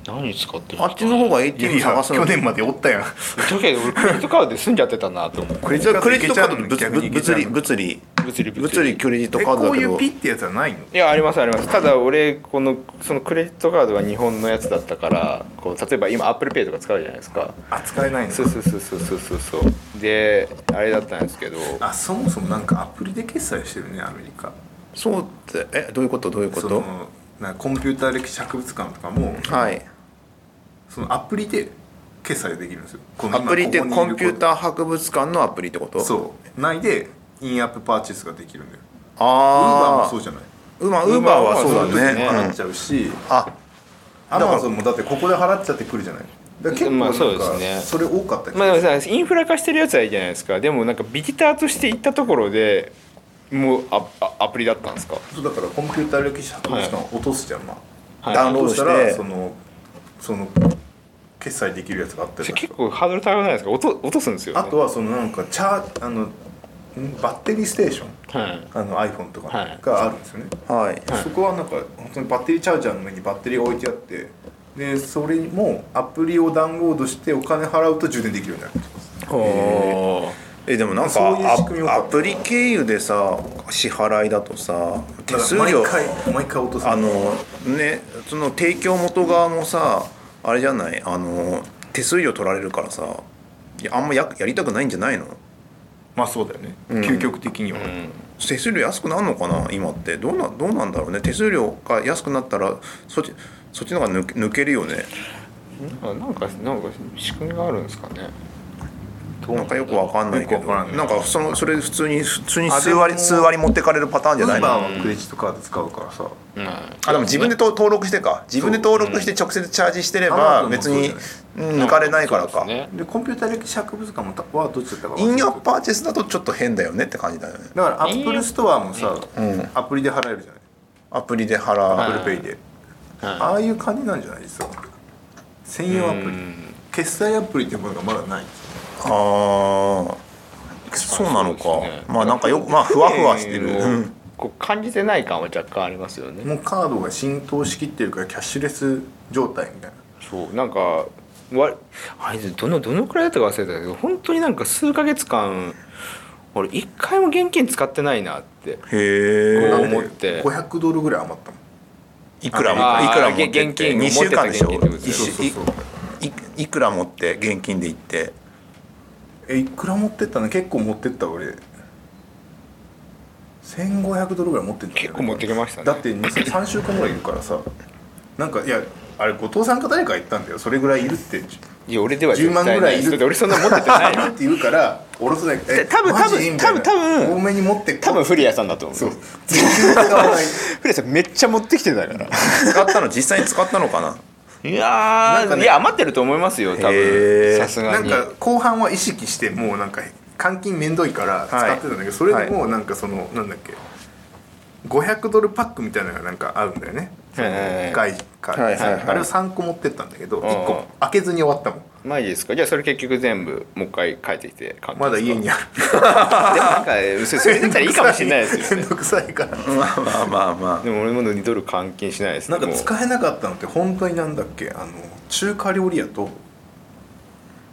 Speaker 2: 何使ってる
Speaker 1: あっちの方が
Speaker 3: いや
Speaker 1: ATM
Speaker 3: いや
Speaker 1: 探すの
Speaker 3: 去年までおったやん
Speaker 2: だけど俺クレジットカードで済んじゃってたなと思う
Speaker 3: クレ
Speaker 1: じゃあクレジットカード
Speaker 3: の
Speaker 1: と物物物理物理
Speaker 2: 物理
Speaker 1: 物理クレジットカードだけど
Speaker 3: こういうピってやつはないの
Speaker 2: いやありますありますただ俺このそのクレジットカードが日本のやつだったからこう例えば今 ApplePay とか使うじゃないですか
Speaker 3: 扱えないの
Speaker 2: そうそうそうそうそうそうそうであれだったんですけど
Speaker 3: あそもそもなんかアプリで決済してるねアメリカ
Speaker 1: そうってえどういうことどういうこ
Speaker 3: そ
Speaker 1: と
Speaker 3: のなんかコンピューター歴史博物館とかも
Speaker 1: はい
Speaker 3: そのアプリで決済できるんですよこの
Speaker 1: ア
Speaker 3: 今
Speaker 1: プリって
Speaker 3: ここにい
Speaker 1: コ
Speaker 3: る
Speaker 1: ンピューター博物館のアプリってこと
Speaker 3: ことそう内でインアップパーチェスができるんだよウーバー
Speaker 1: あ
Speaker 3: もそうじゃない
Speaker 1: ウーバーウーバーはそうだね
Speaker 2: ん
Speaker 3: 払っ
Speaker 1: うん
Speaker 3: ちゃうし
Speaker 1: あ
Speaker 3: アマゾンもだってここで払っちゃってくるじゃないだから結構
Speaker 2: ま
Speaker 3: な
Speaker 2: あ
Speaker 3: ん
Speaker 2: そうですね
Speaker 3: かそれ多かったり
Speaker 2: まあでもさインフラ化してるやつはいいじゃないですかでもなんかビジターとして行ったところでもうアアアプリだったんですか、
Speaker 3: そうだからコンピューター歴史博物館を落とすじゃん、ま
Speaker 2: は
Speaker 1: ダウン
Speaker 3: あ
Speaker 1: ロー
Speaker 3: そ
Speaker 1: ド
Speaker 3: し
Speaker 1: して
Speaker 3: たらそのその決済できるやつがあったり
Speaker 2: そ
Speaker 3: と
Speaker 2: れ
Speaker 3: か
Speaker 2: 結構ハードル高くないですか落と落とすんですよ、ね、
Speaker 3: あとはそのなんかチャーあのんバッテリーステーション
Speaker 2: はい
Speaker 3: あの iPhone と
Speaker 2: はい
Speaker 3: かがあるんですよね、
Speaker 1: はい
Speaker 3: そこはなんか本当にバッテリーチャージャーの上にバッテリーが置いてあってでそれもアプリをダウンロードしてお金払うと充電できるようになる
Speaker 2: おー
Speaker 1: えでもなん
Speaker 3: そういう
Speaker 1: か
Speaker 3: 仕組みを
Speaker 1: アアプリ経由でさ支払いだとさ手
Speaker 3: だか
Speaker 1: 数
Speaker 3: ら
Speaker 1: 料
Speaker 3: 毎回毎回落とす
Speaker 1: あのねその提供元側もさあれじゃないあの手数料取られるからさいやあんまややりたくないんじゃないの
Speaker 3: まあそうだよね、究極的には、
Speaker 1: 手数料安くなるのかな今ってどうなどうなんだろうね手数料が安くなったらそっちそっちの方が抜け抜けるよね
Speaker 2: うんなんかなんか仕組みがあるんですかね
Speaker 1: なんかよくわかんないけ
Speaker 3: よ
Speaker 1: ど
Speaker 3: くわかんない
Speaker 1: なんかそのそれ普通に普通に数
Speaker 3: あ
Speaker 1: 割
Speaker 3: でも
Speaker 1: 数割持ってかれるパターンじゃないの
Speaker 3: 今はクレジットカード使うからさ
Speaker 2: うん
Speaker 1: あでも自分でと登録してか自分で登録して直接チャージしてれば
Speaker 3: Amazon も
Speaker 1: 別
Speaker 3: そうじ
Speaker 1: に
Speaker 3: ゃない
Speaker 1: うん抜かれないから
Speaker 2: そう
Speaker 1: か、
Speaker 2: ですね
Speaker 3: でコンピューター歴史博物館もたはどっちだったか忘れ
Speaker 1: イ
Speaker 3: た
Speaker 1: ンアップパーチェスだとちょっと変だよねって感じだよね
Speaker 3: だからアップルストアもさ、アプリで払えるじゃない
Speaker 1: アプリで払
Speaker 3: ア
Speaker 1: う
Speaker 3: ップルペイで、
Speaker 2: はい
Speaker 3: ああいう感じなんじゃないですか専用アプリ決済アプリっていうものがまだない
Speaker 1: ああそうなのか
Speaker 2: そうですね
Speaker 1: まあなんかよくまあふわふわしてる、
Speaker 2: え
Speaker 1: う
Speaker 2: ー
Speaker 1: ん
Speaker 2: こう感じてない感は若干ありますよね
Speaker 3: もうカードが浸透しきってるからキャッシュレス状態みたいな
Speaker 2: そうなんかわあいつどのどのくらいだったか忘れたけど本当になんか数ヶ月間俺一回も現金使ってないなって
Speaker 1: へえ
Speaker 2: こう
Speaker 3: なんで
Speaker 2: 思って
Speaker 3: 500ドルぐらい余ったもん
Speaker 1: いくら
Speaker 2: あ
Speaker 1: も
Speaker 2: ー
Speaker 1: いくら持ってっ
Speaker 2: 現金
Speaker 1: て2週間でしょ
Speaker 2: 持ってた現金ってことです
Speaker 3: そうそうそう
Speaker 1: いいいくら持って現金で行って
Speaker 3: えいくら持ってったの結構持ってった俺1500ドルぐらい持ってんだ
Speaker 2: 結構持ってきましたね
Speaker 3: だって3週間ぐらいいるからさなんかいやあれ後藤さんか誰か言ったんだよそれぐらいいるって
Speaker 2: いや俺では絶
Speaker 3: 10万
Speaker 2: 対
Speaker 3: ぐら
Speaker 2: ない
Speaker 3: い
Speaker 2: ですだ
Speaker 3: る
Speaker 2: って俺そんな持っててないよ
Speaker 3: って言うからおろせないえ
Speaker 2: 多分
Speaker 3: マジみたい
Speaker 2: 多分
Speaker 3: な
Speaker 2: 多分
Speaker 3: 多めに持って
Speaker 2: 多分古谷さんだと思う
Speaker 3: そう全然使わない
Speaker 2: 古谷さんめっちゃ持ってきてたから
Speaker 1: 使ったの実際に使ったのかない
Speaker 2: や
Speaker 3: な
Speaker 2: ー、
Speaker 3: んかね
Speaker 2: いや余ってると思います よ多
Speaker 1: へ
Speaker 2: 分
Speaker 1: ー
Speaker 2: さすが
Speaker 3: なん
Speaker 2: に
Speaker 3: か後半は意識してもうなんか換金めんどいから使ってたんだけど、それでもうなんかそのなんだっけ500ドルパックみたいなのがなんかあるんだよね、
Speaker 2: はいはいはい
Speaker 3: 外貨
Speaker 1: はいはいはい
Speaker 3: あれを3個持ってったんだけど
Speaker 2: ん
Speaker 3: 1個開けずに終わったもん
Speaker 2: マジですかじゃあそれ結局全部もう一回帰ってきて買った
Speaker 3: ま
Speaker 2: んで
Speaker 3: だ
Speaker 2: すか
Speaker 3: 家にある
Speaker 2: でもなんかそそれだったらいいかもしれないです よ
Speaker 3: 面
Speaker 2: ね
Speaker 3: 倒くさいから
Speaker 1: まあまあまあま
Speaker 2: でも俺も2ドル換金しないです
Speaker 3: な
Speaker 2: ね
Speaker 3: んか
Speaker 2: もう
Speaker 3: 使えなかったのって本当になんだっけあの中華料理屋と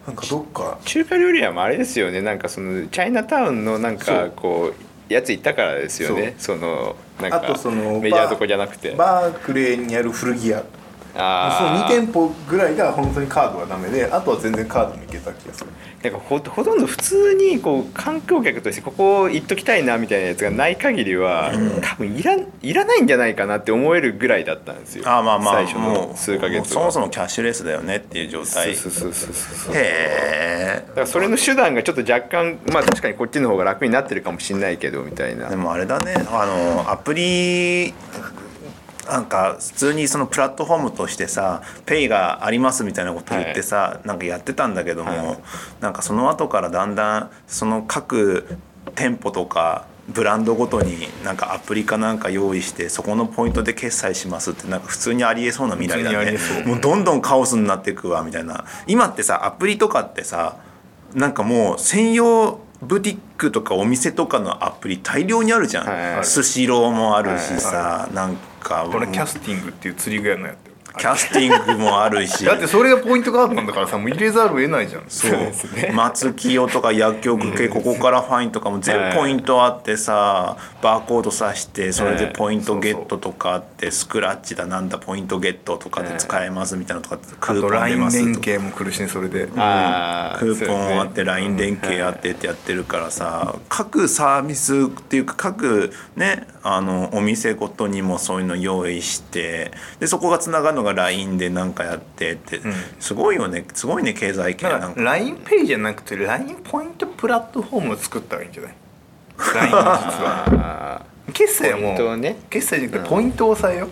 Speaker 3: なんかどっか
Speaker 2: 中華料理屋もあれですよねなんかそのチャイナタウンのなん
Speaker 3: そ
Speaker 2: か
Speaker 3: う
Speaker 2: こうやつ行ったからですよねそのなん
Speaker 3: あ
Speaker 2: か
Speaker 3: とその
Speaker 2: メジャーどこじゃなくて
Speaker 3: バークレーにある古着屋その
Speaker 2: あ
Speaker 3: 2
Speaker 2: ー
Speaker 3: 店舗ぐらいが本当にカードはダメであとは全然カードもいけた気がする
Speaker 2: なんかほほとんど普通にこう観光客としてここ行っときたいなみたいなやつがない限りは、多分いらんいらないんじゃないかなって思えるぐらいだったんですよ
Speaker 1: ああまあまあ
Speaker 2: 最初
Speaker 1: も
Speaker 2: の
Speaker 1: う
Speaker 2: 数ヶ
Speaker 1: もう
Speaker 2: 月
Speaker 1: そ
Speaker 2: は
Speaker 1: もそもキャッシュレスだよねっていう状態へ
Speaker 2: そうそうそうそうそう
Speaker 1: え
Speaker 2: だからそれの手段がちょっと若干まあ確かにこっちの方が楽になってるかもしれないけどみたいな
Speaker 1: でもあれだねあのアプリなんか普通にそのプラットフォームとしてさペイがありますみたいなこと言ってさ、なんかやってたんだけども、
Speaker 2: はい
Speaker 1: なんかその後からだんだんその各店舗とかブランドごとになんかアプリかなんか用意してそこのポイントで決済しますってなんか普通にありえそうな未来だ
Speaker 3: 普通にあり
Speaker 1: ね
Speaker 3: えそう
Speaker 1: もうどんどんカオスになっていくわみたいな今ってさアプリとかってさなんかもう専用ブティックとかお店とかのアプリ大量にあるじゃん、
Speaker 2: はいはい
Speaker 1: スシローもあるしさ、なんか
Speaker 5: これキャスティングっていう釣り具屋のやってる
Speaker 1: キャスティングもあるし
Speaker 5: だってそれがポイントカードなんだからさもう入れざるを得ないじゃん
Speaker 1: そう松清とか薬局系ここからファインとかも全部ポイントあってさバーコードさしてそれでポイントゲットとかあってスクラッチだなんだポイントゲットとかで使えますみたいなのとかク
Speaker 5: あと
Speaker 1: ーポン出
Speaker 5: LINE
Speaker 1: ます
Speaker 5: 連
Speaker 1: とか
Speaker 5: 携も苦しいねそれで
Speaker 2: あー
Speaker 1: クーポンあっ
Speaker 2: そうです
Speaker 1: て
Speaker 2: ね
Speaker 1: LINE 連携あってってやってるからさ各サービスっていうか各ねあのお店ごとにもそういうの用意してでそこがつながるのが LINE でなんかやってってすごいよねすごいね経済圏
Speaker 5: だ
Speaker 1: な
Speaker 5: か
Speaker 1: ん
Speaker 5: ら
Speaker 1: か
Speaker 5: LINEPay じゃなくて LINE ポイントプラットフォームを作ったらいいんじゃない LINE 実 は
Speaker 2: あ
Speaker 5: 決済はも
Speaker 2: ポイントを
Speaker 5: う、
Speaker 2: ね
Speaker 5: 決済じゃなくてポイントを抑えよ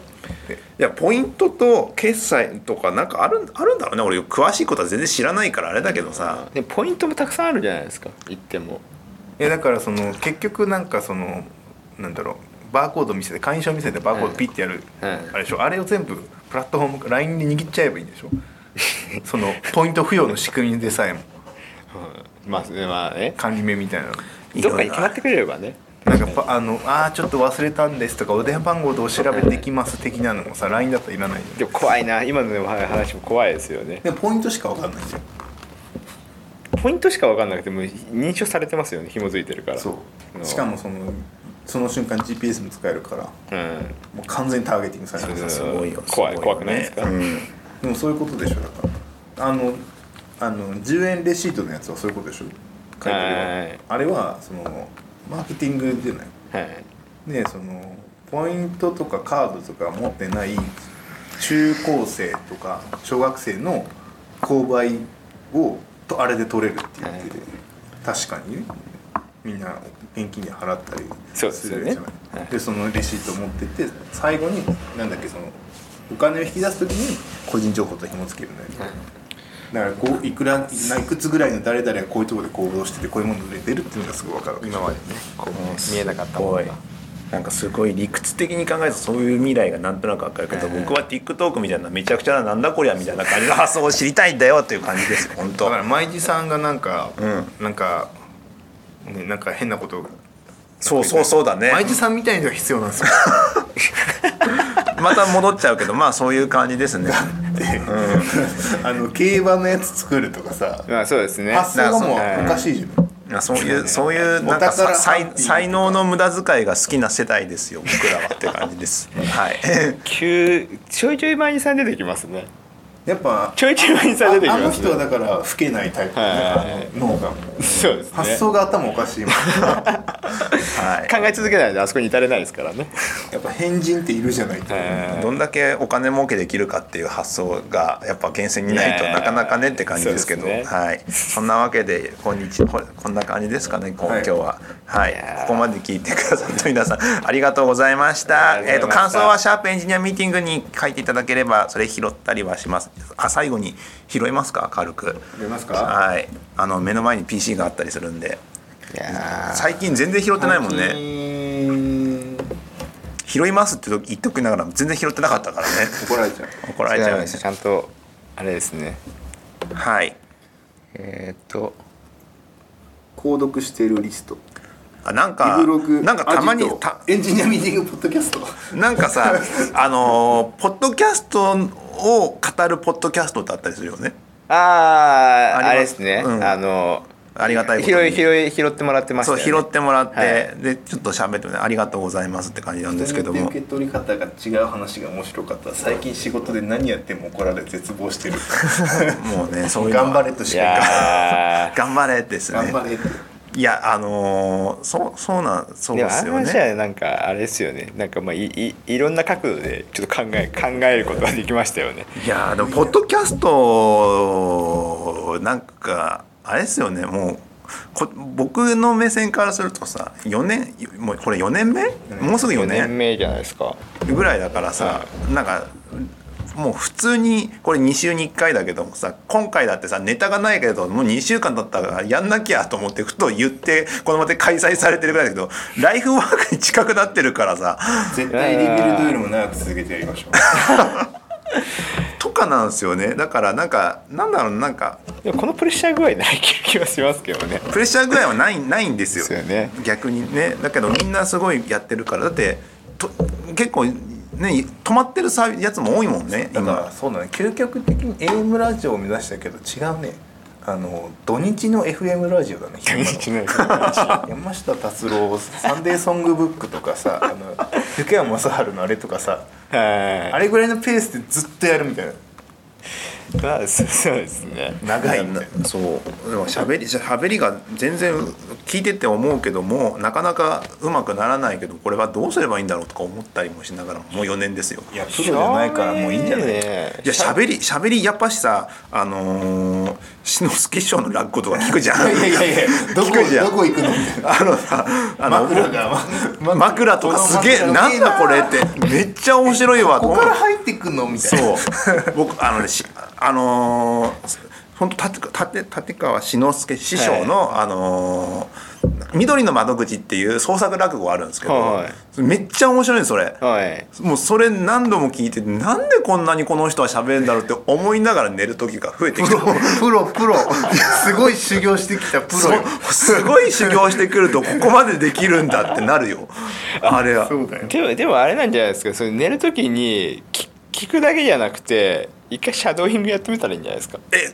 Speaker 5: う
Speaker 1: いやポイントと決済とかなんかあるあるんだろうね俺詳しいことは全然知らないからあれだけどさ
Speaker 2: ーでポイントもたくさんあるじゃないですか行っても
Speaker 5: いやだからその結局なんかそのなんだろうバーコード見せて会員証見せてバーコードピッてやる、
Speaker 2: はい
Speaker 5: あれでしょあれを全部プラットフォーム LINE で握っちゃえばいいんでしょそのポイント付与の仕組みでさえも
Speaker 2: まあねまあね
Speaker 5: 管理名みたいなの
Speaker 2: どっかに決まってくれればね
Speaker 5: なんかパあのあーちょっと忘れたんですとかお電話番号でお調べできます的なのもさ LINE だといらないじゃん
Speaker 2: でも怖いな今のでも話も怖いですよね
Speaker 3: でポイントしか分かんないじゃん
Speaker 2: ポイントしか分かんなくてもう認証されてますよね紐づいてるから
Speaker 3: そうしかもそのその瞬間 GPS も使えるからも
Speaker 2: うん
Speaker 3: う完全にターゲティングされてる
Speaker 1: すごいよ
Speaker 2: 怖い
Speaker 1: すごよね
Speaker 2: 怖くないですか
Speaker 1: うん
Speaker 3: でもそういうことでしょだからあのあの10円レシートのやつはそういうことでしょ買い取りは
Speaker 2: はい
Speaker 3: あれはそのマーケティングじゃない
Speaker 2: はい
Speaker 3: でそのポイントとかカードとか持ってない中高生とか小学生の購買をとあれで取れるって言ってて、確かにねみんな現金で払ったり
Speaker 2: そうです
Speaker 3: す
Speaker 2: よ
Speaker 3: る
Speaker 2: ね
Speaker 3: じゃないで,、そのレシートを持ってって最後になんだっけそのお金を引き出す時に個人情報と紐付けるんだよね、だからこういくらいくつぐらいの誰々がこういうところで行動しててこういうもの売れてるっていうのがすごい分かる今までね
Speaker 2: こう見えなかったも
Speaker 1: お
Speaker 2: の
Speaker 1: い
Speaker 2: が
Speaker 1: なんかすごい理屈的に考えるとそういう未来がなんとなくわかるけど、
Speaker 2: うん
Speaker 1: 僕は TikTok みたいなめちゃくちゃななんだこりゃみたいな感 じの発想を知りたいんだよっていう感じです本当
Speaker 5: だから舞地さんがなんか、
Speaker 1: う
Speaker 5: なんか、ね、なんか変なこと
Speaker 1: そうそうそうだね
Speaker 5: 舞地さんみたいなのが必要なんですよ
Speaker 1: また戻っちゃうけどまあそういう感じ ですね
Speaker 3: あの競馬のやつ作るとかさ
Speaker 2: まあそうですね
Speaker 3: 発想がもう
Speaker 2: はい
Speaker 3: おかしいじゃん、
Speaker 1: まあそういうそういうなんか
Speaker 3: お宝
Speaker 1: さ
Speaker 3: ハッピー
Speaker 1: 才才能の無駄遣いが好きな世代ですよ僕らはって感じ ですはい
Speaker 2: 急ちょいちょい前にさん出てきますね
Speaker 3: やっぱ
Speaker 2: ちょいちょい前にさん出てき
Speaker 3: ああ
Speaker 2: ま
Speaker 3: の
Speaker 2: す
Speaker 3: 人は
Speaker 2: ね
Speaker 3: だから老けないタイプだね、
Speaker 2: はいはいはい
Speaker 3: あの脳がもう
Speaker 2: そうですね
Speaker 3: 発想が頭おかしいもん
Speaker 1: はい
Speaker 2: 考え続けないであそこに至れないですからね
Speaker 3: やっぱ変人っているじゃないと
Speaker 1: どんだけお金儲けできるかっていう発想がやっぱ源泉にないと
Speaker 2: ねえ
Speaker 1: なかなかねって感じですけど
Speaker 2: そうですね
Speaker 1: はい、そんなわけでこんにちここんな感じですかねこう今
Speaker 3: はい
Speaker 1: 日は、はい
Speaker 2: やー
Speaker 1: ここまで聞いてくださった皆さんありがとうございました
Speaker 2: ありが
Speaker 1: えっ、
Speaker 2: と
Speaker 1: と
Speaker 2: うございま
Speaker 1: 感
Speaker 2: した
Speaker 1: 想は「シャープエンジニアミーティング」に書いていただければそれ拾ったりはしますあ最後に拾いますか軽く
Speaker 3: 思いますか
Speaker 1: はいあの目の前に PC があったりするんで
Speaker 2: いや
Speaker 1: 最近全然拾ってないもんね
Speaker 3: ね
Speaker 1: 拾いますって言っときながら全然拾ってなかったからね
Speaker 3: 怒られちゃう
Speaker 1: 怒られちゃうんです
Speaker 2: ちゃんとあれですね
Speaker 1: はい
Speaker 2: えーっと
Speaker 3: 購読してるリスト
Speaker 1: あなん
Speaker 3: リ
Speaker 1: か
Speaker 3: ブログ
Speaker 1: なんかたまに
Speaker 3: アジト
Speaker 1: た
Speaker 3: エンジニアミーティングポッドキャスト
Speaker 1: なんか さあのーポッドキャストを語るポッドキャストってあったりするよね
Speaker 2: あ
Speaker 1: ありま
Speaker 2: あ
Speaker 1: す
Speaker 2: あれですね、
Speaker 1: うん
Speaker 2: あの
Speaker 1: ありがたいことに
Speaker 2: 拾い拾い拾ってもらってました
Speaker 1: そ
Speaker 2: よ
Speaker 1: う
Speaker 2: ね
Speaker 1: 拾ってもらって、
Speaker 2: は
Speaker 1: でちょっと喋ってもねありがとうございますって感じなんですけども
Speaker 3: 受け取り方が違う話が面白かった最近仕事で何やっても怒られ絶望 してる
Speaker 1: もう ねそういうのは
Speaker 3: 頑張れとし
Speaker 2: い
Speaker 3: か言わない
Speaker 2: や
Speaker 1: 頑張れですね
Speaker 3: 頑張れ
Speaker 1: いやあのーそうそうなん そ
Speaker 2: ー
Speaker 1: う
Speaker 2: で
Speaker 1: で
Speaker 2: もあ
Speaker 1: す
Speaker 2: の
Speaker 1: よ
Speaker 2: 話
Speaker 1: ね
Speaker 2: はなんかあれですよねなんかまあいいいろんな角度でちょっと考え 考えることができましたよね
Speaker 1: いやでもポッドキャストなんかあれですよねもうこ僕の目線からするとさ4年もうこれ4年目もうすぐ4
Speaker 2: 4
Speaker 1: 年
Speaker 2: 年目じゃないですか
Speaker 1: ぐらいだからさ、なんかもう普通にこれ2週に1回だけどもさ今回だってさネタがないけどもう2週間経ったからやんなきゃと思ってふと言ってこのまで開催されてるぐらいだけどライフワークに近くなってるからさ
Speaker 3: 絶対リビルドよりも長く続けてやりましょう
Speaker 1: とかなんですよねだからなんかなんだろうなんか
Speaker 2: でもこのプレッシャー具合ない気がしますけどね
Speaker 1: プレッシャーぐらいはないないんです
Speaker 2: で
Speaker 1: よ
Speaker 2: すよね
Speaker 1: 逆にねだけどみんなすごいやってるからだってと結構ね止まってるさやつも多いもんね
Speaker 3: だか
Speaker 1: 今
Speaker 3: らそうだね究極的に AM ラジオを目指したけど違うねあの土日の FM ラジオだ ね昼間の山下達郎「サンデーソングブック」とかさあの福山雅治のあれとかさあ
Speaker 2: は
Speaker 3: れぐらいのペースでずっとやるみたいない
Speaker 2: まあそうそうですね
Speaker 3: 長いみたいな
Speaker 1: なそうでも喋り喋りが全然聞いてて思うけどもなかなかうまくならないけどこれはどうすればいいんだろうとか思ったりもしながらももう4年ですよ
Speaker 3: いやプロじゃないからもういいんじゃない
Speaker 2: ね
Speaker 1: いや喋り喋りやっぱしさあのー、篠介師匠の落語とか聞くじゃん
Speaker 3: いやいやいやどこ
Speaker 1: 聞くじゃん
Speaker 3: どこ行くのみたいな
Speaker 1: あのさあの
Speaker 3: 枕がま
Speaker 1: 枕とかすげえ
Speaker 3: この
Speaker 1: なん
Speaker 3: 枕
Speaker 1: だこれってめっちゃ面白いわと
Speaker 3: ここ
Speaker 1: 思う
Speaker 3: から入ってくのみたいな
Speaker 1: そう僕あのねしあの本当立立立川志の輔師匠の、あのー緑の窓口」っていう創作落語あるんですけど、
Speaker 2: は
Speaker 1: めっちゃ面白いんですそれ。
Speaker 2: はい
Speaker 1: もうそれ何度も聞いてなんでこんなにこの人は喋るんだろうって思いながら寝る時が増えてきた
Speaker 3: プロプロすごい修行してきたプロよ
Speaker 1: そすごい修行してくるとここまでできるんだってなるよあれは
Speaker 3: そうだよ
Speaker 2: でもでもあれなんじゃないですかそれ寝るときにき聞くだけじゃなくて一回シャドーイングやってみたらいいんじゃないですか
Speaker 1: え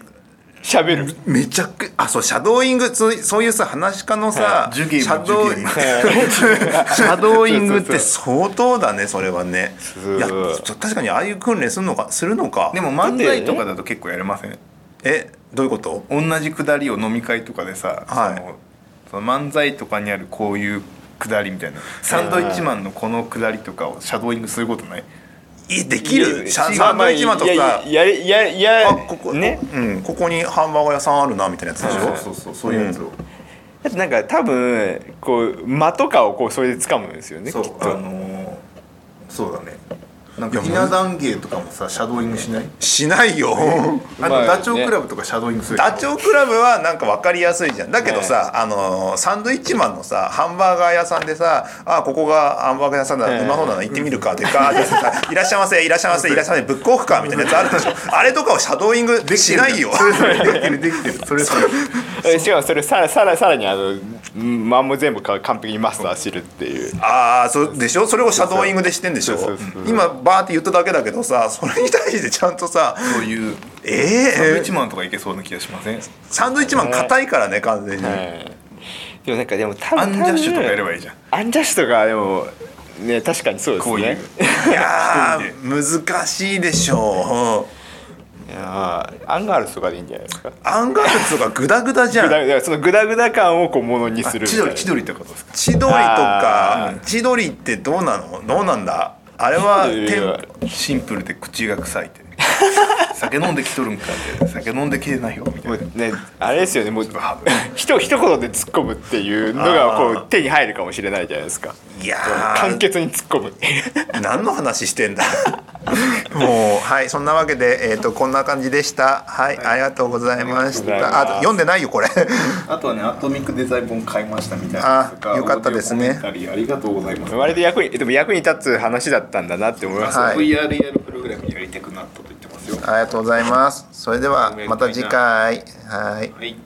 Speaker 2: 喋る
Speaker 1: めちゃくあそうシャドーイングそういそういうさ話し家のさ、
Speaker 3: 授
Speaker 1: シ
Speaker 3: 業
Speaker 1: ャドー
Speaker 3: 授業
Speaker 1: シャドーイングって相当だねそれはね
Speaker 2: ごい
Speaker 1: いやちょ確かにああいう訓練するのかするのか
Speaker 3: でも漫才とかだと結構やれません
Speaker 1: えどういうこと
Speaker 3: 同じくだりを飲み会とかでさ、
Speaker 1: はい
Speaker 3: そのその漫才とかにあるこういうくだりみたいなサンドイッチマンのこのくだりとかをシャドーイングすることない
Speaker 1: えできるシャ
Speaker 2: いや
Speaker 1: シャドーイングとか
Speaker 2: いやいやいやいや
Speaker 1: あここ,、
Speaker 2: ね
Speaker 1: うん、ここにハンバーガー屋さんあるなみたいなやつでしょ、
Speaker 3: そうそうそうそういうやつを、
Speaker 2: だってなんか多分こう間とかをこうそれで掴むんですよね
Speaker 3: そう
Speaker 2: きっ
Speaker 3: あ
Speaker 2: と
Speaker 3: のーそうだねなんか
Speaker 1: いや
Speaker 3: ひな壇芸とかもさシャドーイングしない
Speaker 1: しないよ
Speaker 3: あ
Speaker 2: まあ
Speaker 3: と
Speaker 2: ね
Speaker 3: ダチョウ倶楽部とかシャドーイングする
Speaker 1: ダチョウ倶楽部はなんか分かりやすいじゃんだけどさ、あのーサンドイッチマンのさハンバーガー屋さんでさ「あここがハンバーガー屋さんだ、
Speaker 2: ええ
Speaker 1: うまそうだな行ってみるか」ってガーってさ「いらっしゃいませいらっしゃいませいらっしゃいませブックオフか」みたいなやつあるでしょあれとかをシャドーイングしないよ
Speaker 3: できてるできてるそれそれ
Speaker 2: えしかもそれさらさらさらにあの間も全部か完璧にマスターしてるっていう
Speaker 1: ああそうでしょそれをシャドーイングでしてんでしょ
Speaker 2: そうそうそう
Speaker 1: 今バーって言っただけだけどさそれに対してちゃんとさ
Speaker 3: そういう
Speaker 1: え
Speaker 3: サンドイ
Speaker 1: え
Speaker 3: ッチマンとかいけそうな気がしません
Speaker 1: サンドイッチマン硬いからね完全に、
Speaker 2: はいでもなんかでも多分
Speaker 3: アンジャッシュとかや
Speaker 2: い
Speaker 3: ればいいじゃん
Speaker 2: アンジャッシュとかでもね確かにそうですね
Speaker 3: こういう
Speaker 1: いやー難しいでしょう、うん
Speaker 2: やーアンガールズとかでいいんじゃないですか
Speaker 1: アンガールズとかグダグダじゃ
Speaker 2: グ
Speaker 1: ん
Speaker 2: ダグダそのグダグダ感をこうものにするみた
Speaker 3: 千
Speaker 2: いな
Speaker 3: 鳥千鳥ってことですか
Speaker 1: 千鳥と
Speaker 2: あ
Speaker 1: か千鳥ってどうなのどうなんだあれはテンポ
Speaker 3: シンプルで口が臭いって 酒飲んできとるんかって酒飲んできてないよみたい
Speaker 2: も
Speaker 3: な
Speaker 2: うねあれですよねもう ひと一言で突っ込むっていうのがこう手に入るかもしれないじゃないですか
Speaker 1: いや
Speaker 2: 簡
Speaker 1: ー
Speaker 2: 潔に突っ込む
Speaker 1: 何の話してんだもうはいそんなわけで、えー、とこんな感じでしたはい、ありがとうございまし
Speaker 2: ありがとうございま
Speaker 1: たあ
Speaker 2: す
Speaker 1: 読んでないよこ れ
Speaker 6: あとはねアトミックデザイン本買いましたみたい
Speaker 1: あ
Speaker 6: なとか
Speaker 1: よかったですね
Speaker 6: オーディオコメンタリーありがとうございます、
Speaker 2: 割と役にでも役に立つ話だったんだなって思います、
Speaker 1: はい
Speaker 6: VRL プログラムやりたくなったと言ってますよ
Speaker 1: ありがとうございますそれではまた次回はい
Speaker 6: はい